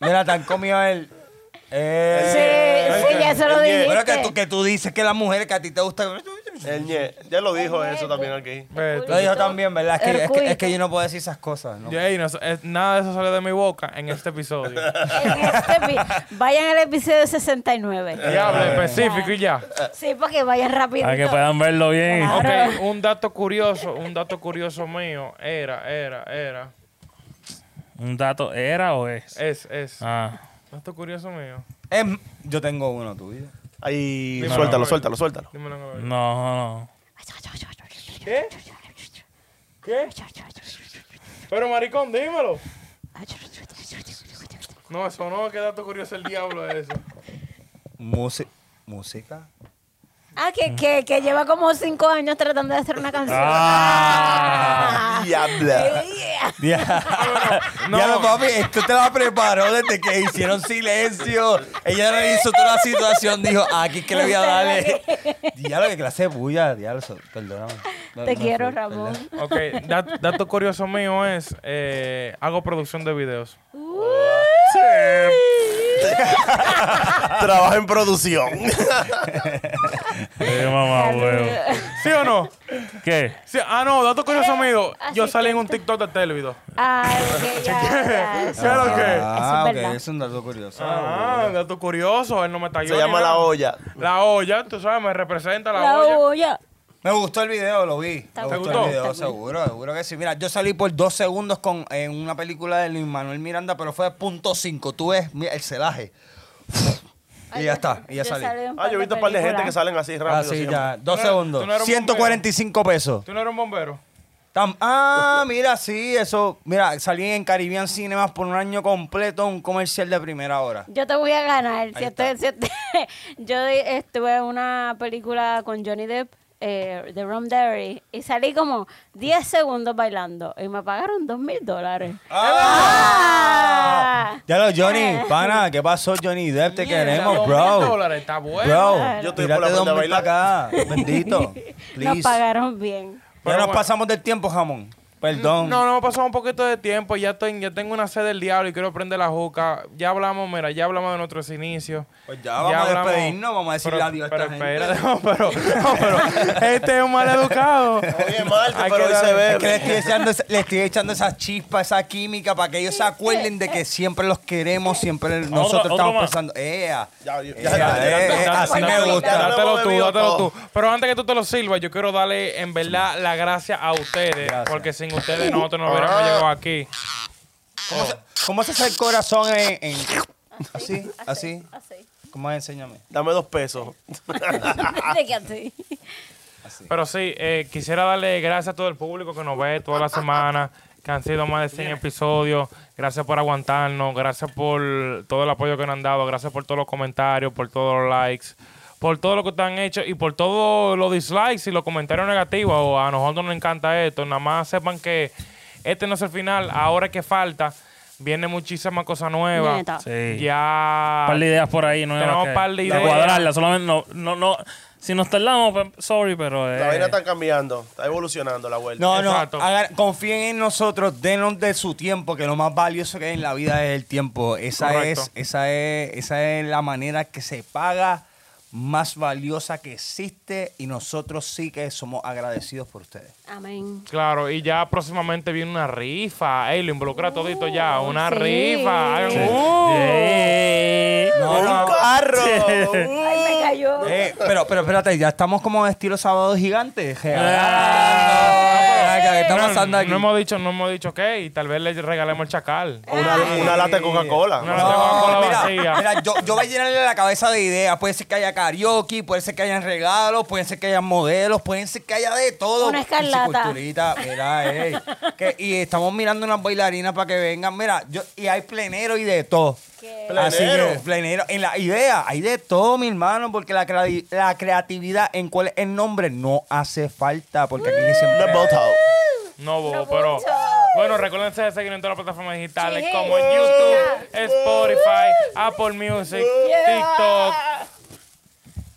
Speaker 1: Mira, tan comido él.
Speaker 2: sí,
Speaker 1: Eh,
Speaker 2: sí, ya se lo
Speaker 4: el
Speaker 2: dijiste.
Speaker 4: ñe.
Speaker 1: bueno, que tú, que tú dices que las mujeres que a ti te gusta.
Speaker 4: El ñe. Ya lo dijo eso también aquí.
Speaker 3: Ve, tú-
Speaker 1: Lo dijo también, ¿verdad? Es que, es que- es que
Speaker 2: Ercuito.
Speaker 1: yo no puedo decir esas cosas. ¿no?
Speaker 3: Yo, ey, no, es- nada de eso sale de mi boca en este episodio.
Speaker 2: En este vi- vayan al episodio
Speaker 1: Eh,
Speaker 2: 69.
Speaker 3: Diablo, específico y ya.
Speaker 2: Sí, porque vayan rápido.
Speaker 5: Para que puedan verlo bien.
Speaker 2: Claro.
Speaker 3: Ok, un dato curioso, un dato curioso mío era, era, era.
Speaker 5: ¿Un dato era o es?
Speaker 3: Es, es.
Speaker 5: Ah.
Speaker 3: Dato curioso mío.
Speaker 1: Em, yo tengo uno tuyo.
Speaker 4: Ahí,
Speaker 3: Dímelo,
Speaker 4: suéltalo,
Speaker 3: Roberto.
Speaker 4: suéltalo, suéltalo.
Speaker 3: Dímelo en el oído.
Speaker 5: No, no.
Speaker 3: ¿Qué? ¿Qué? Pero maricón, dímelo. No, eso no, qué dato curioso el diablo es eso.
Speaker 1: Musi- música.
Speaker 2: Ah, que, que, que lleva como cinco años tratando de hacer una canción.
Speaker 5: Ah.
Speaker 4: Diabla.
Speaker 2: Yeah.
Speaker 1: Ya,
Speaker 3: No.
Speaker 1: ya lo, papi, esto te la preparó desde que hicieron silencio. Ella analizó toda la situación, dijo, "Ah, aquí es que le voy a darle. Diablo, que clase de bulla, diablo, so- perdóname. No,
Speaker 2: Te
Speaker 1: no
Speaker 2: quiero,
Speaker 1: fui,
Speaker 2: Ramón.
Speaker 1: perdón.
Speaker 3: Ok, dat- dato curioso mío es, eh, hago producción de videos.
Speaker 2: Uh,
Speaker 3: Eh,
Speaker 4: Trabaja en producción.
Speaker 5: Eh,
Speaker 4: Ah,
Speaker 5: mamá, huevo.
Speaker 3: ¿Sí o no?
Speaker 5: ¿Qué?
Speaker 3: Sí, ah, no, dato curioso mío,
Speaker 2: Eh, Así
Speaker 3: yo salí
Speaker 2: que
Speaker 3: en un
Speaker 2: te-
Speaker 3: TikTok de Televido.
Speaker 2: Ay, ok, ya, ya, eso-
Speaker 3: Claro que-
Speaker 1: Ah,
Speaker 2: Eso
Speaker 1: ok,
Speaker 2: es verdad.
Speaker 1: es un dato curioso.
Speaker 3: Ah, dato curioso, él no me está
Speaker 4: Se llama La Olla.
Speaker 3: La olla, tú sabes, me representa la,
Speaker 2: La
Speaker 3: olla.
Speaker 2: olla.
Speaker 1: Me gustó el video, lo vi.
Speaker 2: Está
Speaker 1: Me
Speaker 3: bueno.
Speaker 1: gustó
Speaker 3: ¿Te gustó?
Speaker 1: el video,
Speaker 2: Está bueno.
Speaker 1: seguro, seguro que sí. Mira, yo salí por dos segundos con, en una película de Luis Manuel Miranda, pero fue de punto cinco. Tú ves mi- el celaje. y ya está, y ya salí.
Speaker 4: Ah, yo he visto un par de gente que salen así rápido.
Speaker 1: Ah, sí,
Speaker 4: siempre.
Speaker 1: ya. Dos
Speaker 3: Tú no-
Speaker 1: segundos.
Speaker 3: tú no eres bombero.
Speaker 1: 145 pesos.
Speaker 3: ¿Tú no eres un bombero?
Speaker 1: Tam- ah, mira, sí, eso. Mira, salí en Caribbean Cinemas por un año completo, un comercial de primera hora.
Speaker 2: Yo te voy a ganar. Si
Speaker 1: está.
Speaker 2: este- si este- yo de- estuve en una película con Johnny Depp, eh, The Rum Diary, y salí como 10 segundos bailando y me pagaron 2 mil dólares. Ah.
Speaker 1: Ya lo, Johnny, pana, ¿qué pasó, Johnny Depp? Te
Speaker 3: Eh. Mierda,
Speaker 1: queremos,
Speaker 3: dos mil
Speaker 1: bro.
Speaker 3: dólares, está bueno.
Speaker 1: Bro,
Speaker 2: Claro.
Speaker 4: Yo estoy por la
Speaker 1: tírate
Speaker 4: cuenta
Speaker 1: dos
Speaker 4: de
Speaker 1: mil para
Speaker 4: bailar.
Speaker 1: acá. Bendito. Please.
Speaker 2: Nos pagaron bien.
Speaker 1: Ya
Speaker 3: Pero
Speaker 1: nos
Speaker 3: bueno.
Speaker 1: pasamos del tiempo, jamón. Perdón.
Speaker 3: No, no, pasó un poquito de tiempo. Ya, estoy, ya tengo una sed del diablo y quiero prender la juca. Ya hablamos, mira, ya hablamos de nuestros inicios.
Speaker 1: Pues ya vamos a despedirnos, vamos a decirle
Speaker 3: pero-
Speaker 1: adiós a
Speaker 3: pero
Speaker 1: esta gente.
Speaker 3: espérate, no, pero, no, pero este es un mal educado.
Speaker 1: Eh,
Speaker 4: Hoy es martes,
Speaker 3: Hay
Speaker 4: pero
Speaker 3: que
Speaker 4: hoy se
Speaker 3: darle-
Speaker 1: Es que le
Speaker 4: ve.
Speaker 1: estoy, echando, esa- le estoy echando esa chispa, esa química, para que ellos se acuerden de que siempre los queremos, siempre nosotros
Speaker 5: otro
Speaker 1: estamos
Speaker 5: más.
Speaker 1: pensando. ¡Ea!
Speaker 4: Ya, ya,
Speaker 1: ¡Ea!
Speaker 4: ya, ya,
Speaker 1: eh,
Speaker 4: ya,
Speaker 1: eh,
Speaker 4: ya,
Speaker 1: así
Speaker 4: ya,
Speaker 1: me
Speaker 4: ya, ya,
Speaker 1: gusta.
Speaker 4: ya, ya.
Speaker 3: Dátelo tú,
Speaker 4: Hemos
Speaker 3: dátelo
Speaker 4: bebido
Speaker 3: tú. Pero antes que tú te lo sirvas, yo quiero darle en verdad la gracia a ustedes,
Speaker 1: Gracias. Ah.
Speaker 3: porque sin ustedes nosotros no hubiéramos llegado aquí.
Speaker 1: ¿Cómo se, cómo se hace el corazón en, en- Así, así.
Speaker 2: Así.
Speaker 1: ¿Cómo es? Enséñame.
Speaker 4: Dame dos pesos.
Speaker 2: ¿De qué así?
Speaker 3: Pero sí, eh, quisiera darle gracias a todo el público que nos ve toda la semana, que han sido más de 100 episodios. Gracias por aguantarnos, gracias por todo el apoyo que nos han dado, gracias por todos los comentarios, por todos los likes, por todo lo que te han hecho y por todos los dislikes y los comentarios negativos. O a nosotros nos encanta esto. Nada más sepan que este no es el final, ahora es que falta. Viene muchísima cosa nueva.
Speaker 2: Neta.
Speaker 5: Sí.
Speaker 3: Ya.
Speaker 5: Un par de ideas por ahí, ¿no?
Speaker 3: Tenemos
Speaker 5: que-
Speaker 3: un par de ideas.
Speaker 5: cuadrarlas, solamente no, no, no. Si nos tardamos, pues, sorry, pero. eh,
Speaker 4: La vaina está cambiando, está evolucionando la vuelta.
Speaker 1: No,
Speaker 3: Exacto.
Speaker 1: no, hagan- confíen en nosotros, denos de su tiempo, que lo más valioso que hay en la vida es el tiempo. Esa
Speaker 3: Correcto.
Speaker 1: es, esa es, esa es la manera que se paga más valiosa que existe y nosotros sí que somos agradecidos por ustedes.
Speaker 2: Amén.
Speaker 3: Claro, y ya próximamente viene una rifa. Ey, lo involucra todito ya.
Speaker 2: Uh,
Speaker 3: Una
Speaker 2: sí.
Speaker 3: rifa. Hagan, uh.
Speaker 5: eh,
Speaker 1: No, no.
Speaker 4: ¡Un carro!
Speaker 2: Ay, me cayó.
Speaker 1: Eh, pero, pero espérate, ya estamos como en estilo sábado gigante. pues,
Speaker 5: Ah.
Speaker 1: Ay, ¿Qué está
Speaker 3: No,
Speaker 1: pasando aquí?
Speaker 3: No hemos dicho, no hemos dicho qué. Y tal vez le regalemos el chacal.
Speaker 2: Eh,
Speaker 4: Una, una lata de Coca-Cola.
Speaker 3: Una
Speaker 4: No,
Speaker 3: lata de Coca-Cola
Speaker 1: No, Ah, mira,
Speaker 3: vacía.
Speaker 1: mira, yo, yo voy a llenarle la cabeza de ideas. Puede ser que haya karaoke, puede ser que hayan regalos, puede ser que hayan modelos, puede ser que haya de todo.
Speaker 2: Una escarlata.
Speaker 1: Culturita, mira, ey. Que- y estamos mirando unas bailarinas para que vengan. Mira, yo, y hay plenero y de todo.
Speaker 2: ¿Qué?
Speaker 1: Así
Speaker 4: Plenero.
Speaker 1: que, plenero. En la idea, hay de todo, mi hermano, porque la, creati- la creatividad en cuál es el nombre no hace falta, porque aquí
Speaker 4: Una
Speaker 1: siempre...
Speaker 4: boat out.
Speaker 3: No, bobo,
Speaker 2: No
Speaker 3: pero.
Speaker 2: mucho.
Speaker 3: Bueno, recuérdense de seguir en todas las plataformas digitales
Speaker 2: Sí.
Speaker 3: como YouTube, Spotify, Apple Music, TikTok,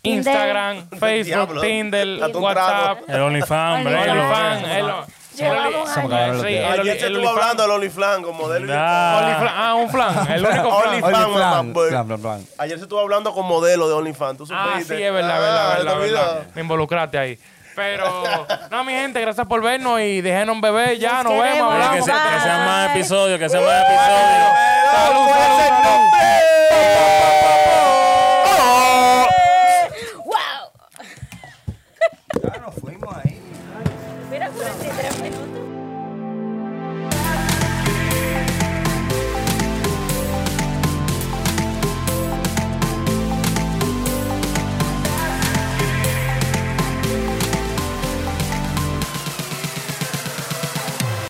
Speaker 2: Tinder.
Speaker 3: Instagram,
Speaker 4: Diablo.
Speaker 3: Facebook, Tinder,
Speaker 4: Está todo un
Speaker 3: WhatsApp,
Speaker 5: El OnlyFans,
Speaker 2: Ay,
Speaker 5: bro. Eh,
Speaker 2: no.
Speaker 3: OnlyFans. el-
Speaker 2: Llevamos
Speaker 3: el-
Speaker 2: años.
Speaker 3: el- sí, el-
Speaker 4: Ayer se
Speaker 3: el
Speaker 4: estuvo
Speaker 3: OnlyFans.
Speaker 4: hablando del OnlyFlan como del...
Speaker 5: Ah,
Speaker 3: Onlyflan- Ah, un flan. El único flan.
Speaker 4: Onlyfans. Plan,
Speaker 1: plan,
Speaker 4: plan, boy.
Speaker 1: plan, plan, plan.
Speaker 4: Ayer se estuvo hablando con modelo de OnlyFans. ¿Tú
Speaker 3: Ah, sí,
Speaker 4: supiste?
Speaker 3: es verdad,
Speaker 4: Ah,
Speaker 3: verdad, verdad,
Speaker 4: te
Speaker 3: verdad.
Speaker 4: olvidó.
Speaker 3: Me involucraste ahí. Pero, no, mi gente, gracias por vernos y déjenos beber ya. Nos vemos,
Speaker 2: queremos.
Speaker 5: Oye, que,
Speaker 3: hablamos.
Speaker 5: se- que sean más
Speaker 2: Bye.
Speaker 5: episodios, que sean más episodios.
Speaker 4: ¡Pero
Speaker 3: Salud,
Speaker 4: cuál es
Speaker 3: salud,
Speaker 4: el
Speaker 3: salud.
Speaker 4: nombre!
Speaker 1: ¡Oh!